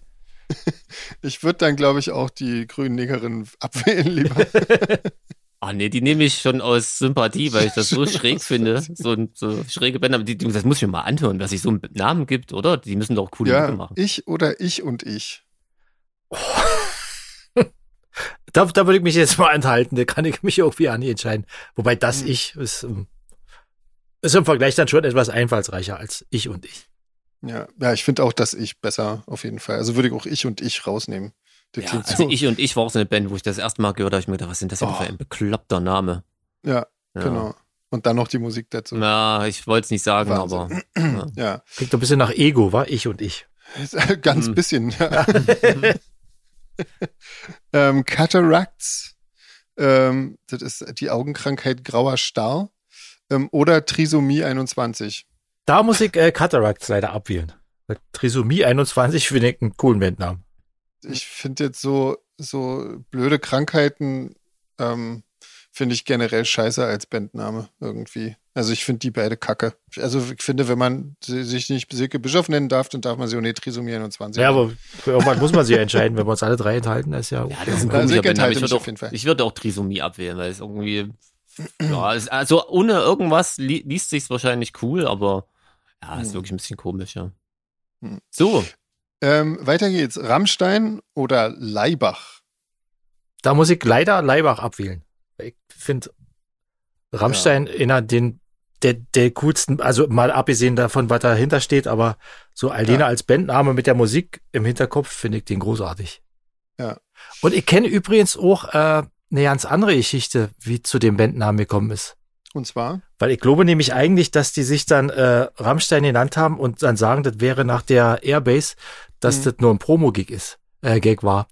Ich würde dann, glaube ich, auch die grünen Negerinnen abwählen lieber.
Ah nee, die nehme ich schon aus Sympathie, weil ich das so schräg finde. So, ein- so schräge Bänder. Die, die, das muss ich mir mal anhören, dass sich so einen Namen gibt, oder? Die müssen doch coole Mucke
ja,
machen.
ich oder ich und ich.
Da, da würde ich mich jetzt mal enthalten. Da kann ich mich irgendwie an entscheiden. Wobei das
Hm.
Ich ist, ähm, ist im Vergleich dann schon etwas einfallsreicher als ich und ich.
Ja, ja ich finde auch das Ich besser, auf jeden Fall. Also würde ich auch ich und ich rausnehmen. Das
Ja,
klingt
also
so.
ich und ich war auch so eine Band, wo ich das erste Mal gehört habe, ich mir gedacht, was sind das denn
Oh.
für ein bekloppter Name?
ja,
Ja.
genau. Und dann noch die Musik dazu.
Na, ich wollte es nicht sagen,
Wahnsinn.
aber
Ja,
Klingt doch ein bisschen nach Ego, war ich und ich.
ganz
Mhm.
bisschen. Ja. ähm, Cataracts, ähm, das ist die Augenkrankheit grauer Star. Ähm, oder Trisomie 21.
Da muss ich äh, Cataracts leider abwählen. Trisomie 21 finde ich einen coolen Bandnamen.
ich finde jetzt so, so blöde Krankheiten ähm, finde ich generell scheiße als Bandname irgendwie. Also ich finde die beide kacke. Also ich finde, wenn man si- sich nicht Silke Bischof nennen darf, dann darf man sie auch nicht Trisomie 21
Ja,
nennen.
aber für irgendwann muss man sich ja entscheiden, wenn wir uns alle drei enthalten, ist ja.
ja, das ist ein
Also
komischer
ich
Bandname.
enthalte
Ich
mich
würde
auf
auch,
jeden Fall.
ich würde auch Trisomie abwählen, weil es irgendwie. Ja, es, also ohne irgendwas li liest sich's wahrscheinlich cool, aber ja, ist
Hm.
wirklich ein bisschen komisch, ja.
Hm.
So,
Ähm, weiter geht's. Rammstein oder Leibach?
Da muss ich leider Leibach abwählen. Ich finde Rammstein einer den, der, der coolsten, also mal abgesehen davon, was dahinter steht, aber so alleine
Ja.
als Bandname mit der Musik im Hinterkopf finde ich den großartig.
Ja.
Und ich kenne übrigens auch äh, eine ganz andere Geschichte, wie zu dem Bandnamen gekommen ist.
Und zwar?
Weil ich glaube nämlich eigentlich, dass die sich dann äh, Rammstein genannt haben und dann sagen, das wäre nach der Airbase, dass
Mhm.
das nur ein Promo-Gig ist, äh, Gag war.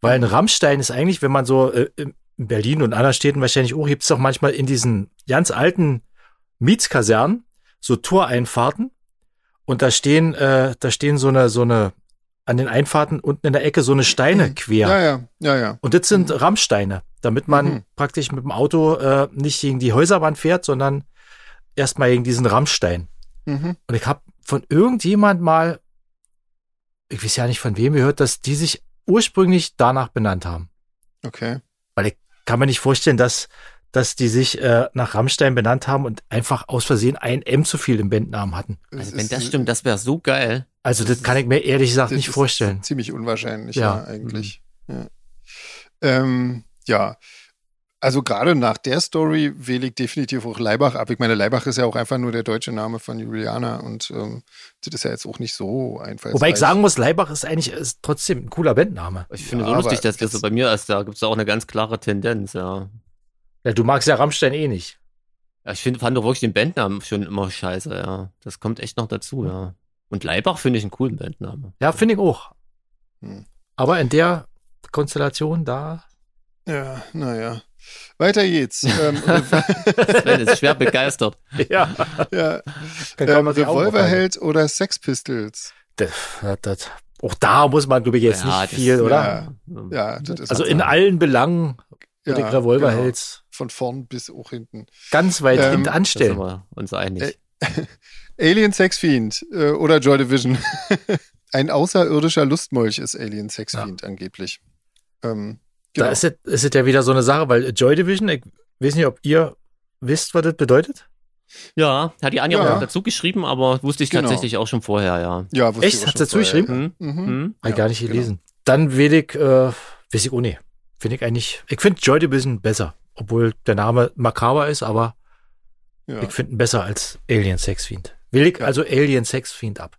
Weil ein Rammstein ist eigentlich, wenn man so äh, in Berlin und anderen Städten wahrscheinlich auch, gibt's doch manchmal in diesen ganz alten Mietskasernen so Toreinfahrten und da stehen, äh, da stehen so eine, so eine, an den Einfahrten unten in der Ecke so eine Steine quer.
Mhm. Ja, ja, ja, ja.
Und das sind Rammsteine, damit man
Mhm.
praktisch mit dem Auto äh, nicht gegen die Häuserwand fährt, sondern erstmal gegen diesen Rammstein.
Mhm.
Und ich habe von irgendjemand mal, ich weiß ja nicht von wem gehört, dass die sich ursprünglich danach benannt haben.
Okay.
Kann man nicht vorstellen, dass, dass die sich äh, nach Rammstein benannt haben und einfach aus Versehen ein M zu viel im Bandnamen hatten.
Es
also wenn
ist äh,
das stimmt, das wäre so geil.
Also das kann ich mir ehrlich gesagt
Das
nicht
ist
vorstellen.
Ziemlich unwahrscheinlich, ja,
Ja. Mhm.
eigentlich. Ja. Ähm, ja. Also gerade nach der Story wähle ich definitiv auch Leibach ab. Ich meine, Leibach ist ja auch einfach nur der deutsche Name von Juliana und ähm, das ist ja jetzt auch nicht so einfach.
Wobei ich sagen muss, Leibach ist eigentlich ist trotzdem ein cooler Bandname.
Ich finde
Ja,
so lustig,
aber
dass das so
jetzt-
bei mir ist. Da gibt es auch eine ganz klare Tendenz, ja.
Ja, du magst ja Rammstein eh nicht.
ja ich find, fand doch wirklich den Bandnamen schon immer scheiße, ja. Das kommt echt noch dazu,
Hm.
ja. Und Leibach finde ich einen coolen Bandnamen.
Ja, finde ich auch.
Hm.
Aber in der Konstellation da.
Ja, naja. Weiter geht's. ähm,
Sven ist schwer begeistert.
Ja,
ja,
dann
ähm,
die Augen
Revolverheld oder Sex Pistols?
aufhalten. Das, das Auch da muss man, glaube ich, jetzt
Ja,
nicht
das-
viel, oder?
Ja, ja, das ist halt
also in allen Belangen, würde
ja,
ich Revolver
genau.
hältst,
Von vorn bis auch hinten.
ganz weit
Ähm,
hinten
Da sind
anstellen.
wir uns einig.
Äh, Alien Sex Fiend äh, oder Joy Division. Ein außerirdischer Lustmolch ist Alien Sex
Ja.
Fiend angeblich. Ähm,
Da ist es, ist es ja wieder so eine Sache, weil Joy Division, ich weiß nicht, ob ihr wisst, was das bedeutet.
ja, hat die Anja
ja.
auch dazu geschrieben, aber wusste ich
Genau.
tatsächlich auch schon vorher, ja.
ja, wusste
Echt?
ich auch
Hat
schon
sie dazu
vorher,
geschrieben?
Hm?
ja. Mhm.
Hm?
Habe ich
Ja,
gar nicht
genau.
gelesen. Dann wenig, äh, weiß ich auch nicht. Finde ich eigentlich, ich finde Joy Division besser. Obwohl der Name makaber ist, aber
Ja.
ich finde ihn besser als Alien Sex Fiend. Will ich
Ja.
also Alien Sex Fiend ab.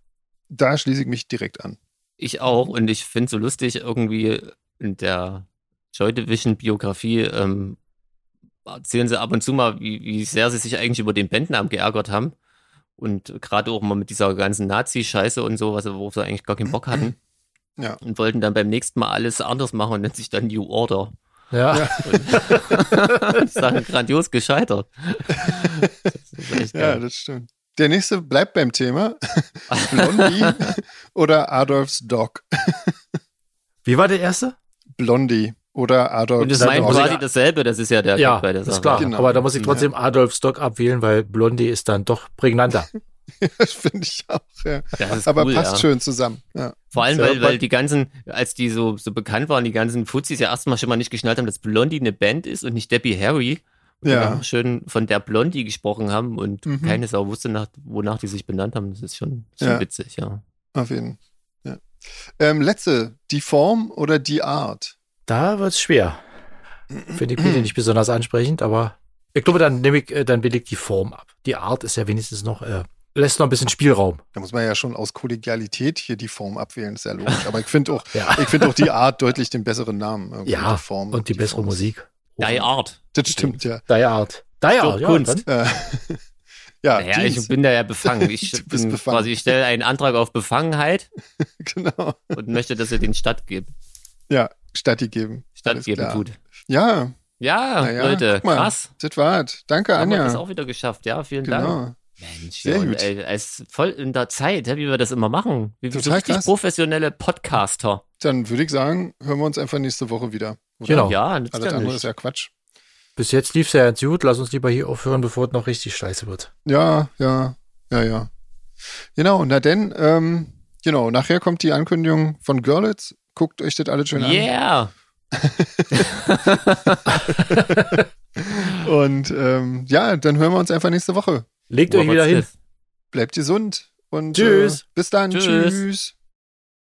Da schließe ich mich direkt an.
Ich auch und ich finde es so lustig, irgendwie in der Joy Division Biografie ähm, erzählen sie ab und zu mal, wie, wie sehr sie sich eigentlich über den Bandnamen geärgert haben. Und gerade auch mal mit dieser ganzen Nazi-Scheiße und so, was, worauf sie eigentlich gar keinen Bock hatten.
Ja.
Und wollten dann beim nächsten Mal alles anders machen und nennt sich dann New Order.
Ja,
Und ist dann grandios gescheitert. Das ist echt
Ja,
geil.
das stimmt. Der nächste bleibt beim Thema. Blondie oder Adolfs Dog.
wie war der erste?
Blondie oder Adolfs
und das
dann
meint
auch-
quasi dasselbe, das ist ja der
ja,
Gag bei der
ist
Sache.
klar.
Genau.
Aber da muss ich trotzdem Adolf Stock abwählen, weil Blondie ist dann doch prägnanter.
Das finde ich auch, ja.
Das ist
Aber
cool,
passt
ja.
schön zusammen. Ja.
Vor allem,
Ja,
weil, weil
but-
die ganzen, als die so, so bekannt waren, die ganzen Fuzis ja erstmal schon mal nicht geschnallt haben, dass Blondie eine Band ist und nicht Debbie Harry. Und
Ja.
die dann auch schön von der Blondie gesprochen haben und
Mhm.
keine Sau wusste, nach, wonach die sich benannt haben. Das ist schon, schon
Ja.
witzig, ja.
Auf jeden Fall. Ja. Ähm, letzte, die Form oder die Art?
Da wird's schwer. Finde ich bitte nicht besonders ansprechend, aber ich glaube, dann nehme ich, äh, dann will ich die Form ab. Die Art ist ja wenigstens noch, äh, lässt noch ein bisschen Spielraum.
Da muss man ja schon aus Kollegialität hier die Form abwählen, ist ja logisch. Aber ich finde auch,
Ja.
ich finde auch die Art deutlich den besseren Namen. irgendwie,
Ja,
Form,
Und die, bessere
Form.
Musik.
Oh.
Die Art.
Das stimmt, ja.
Die Art. Die Art, ja,
Kunst.
dann-
Äh, ja,
Naja,
Jeans,
ich bin da ja befangen. Ich,
Du bist
bin
befangen.
quasi, ich stelle einen Antrag auf Befangenheit
genau.
und möchte, dass ihr den stattgebt.
Ja, Statti geben. Alles
Stattgeben
klar.
tut.
Ja,
Ja,
Na ja,
Leute,
guck mal.
krass.
das war's. Danke,
Haben wir das
Anja.
auch wieder geschafft. Ja, vielen Dank.
Genau.
Mensch,
Sehr
Sehr
gut.
gut. Ey, es ist voll in der Zeit, hä, wie wir das immer machen. Wie wir so
Total
richtig
krass.
professionelle Podcaster.
Dann würde ich sagen, hören wir uns einfach nächste Woche wieder. Oder?
Genau.
Ja, nützt
Alles
ja
andere ist
nicht.
ja Quatsch.
Bis jetzt lief's ja ganz gut. Lass uns lieber hier aufhören, bevor es noch richtig scheiße wird.
Ja, ja, ja, ja. Genau, na denn, ähm, genau, nachher kommt die Ankündigung von Görlitz. Guckt euch das alles schön
Yeah.
an. Und ähm, ja, dann hören wir uns einfach nächste Woche.
Legt euch
Robert
wieder hin.
Smith.
Bleibt gesund und
Tschüss.
Äh, bis dann.
Tschüss.
Tschüss.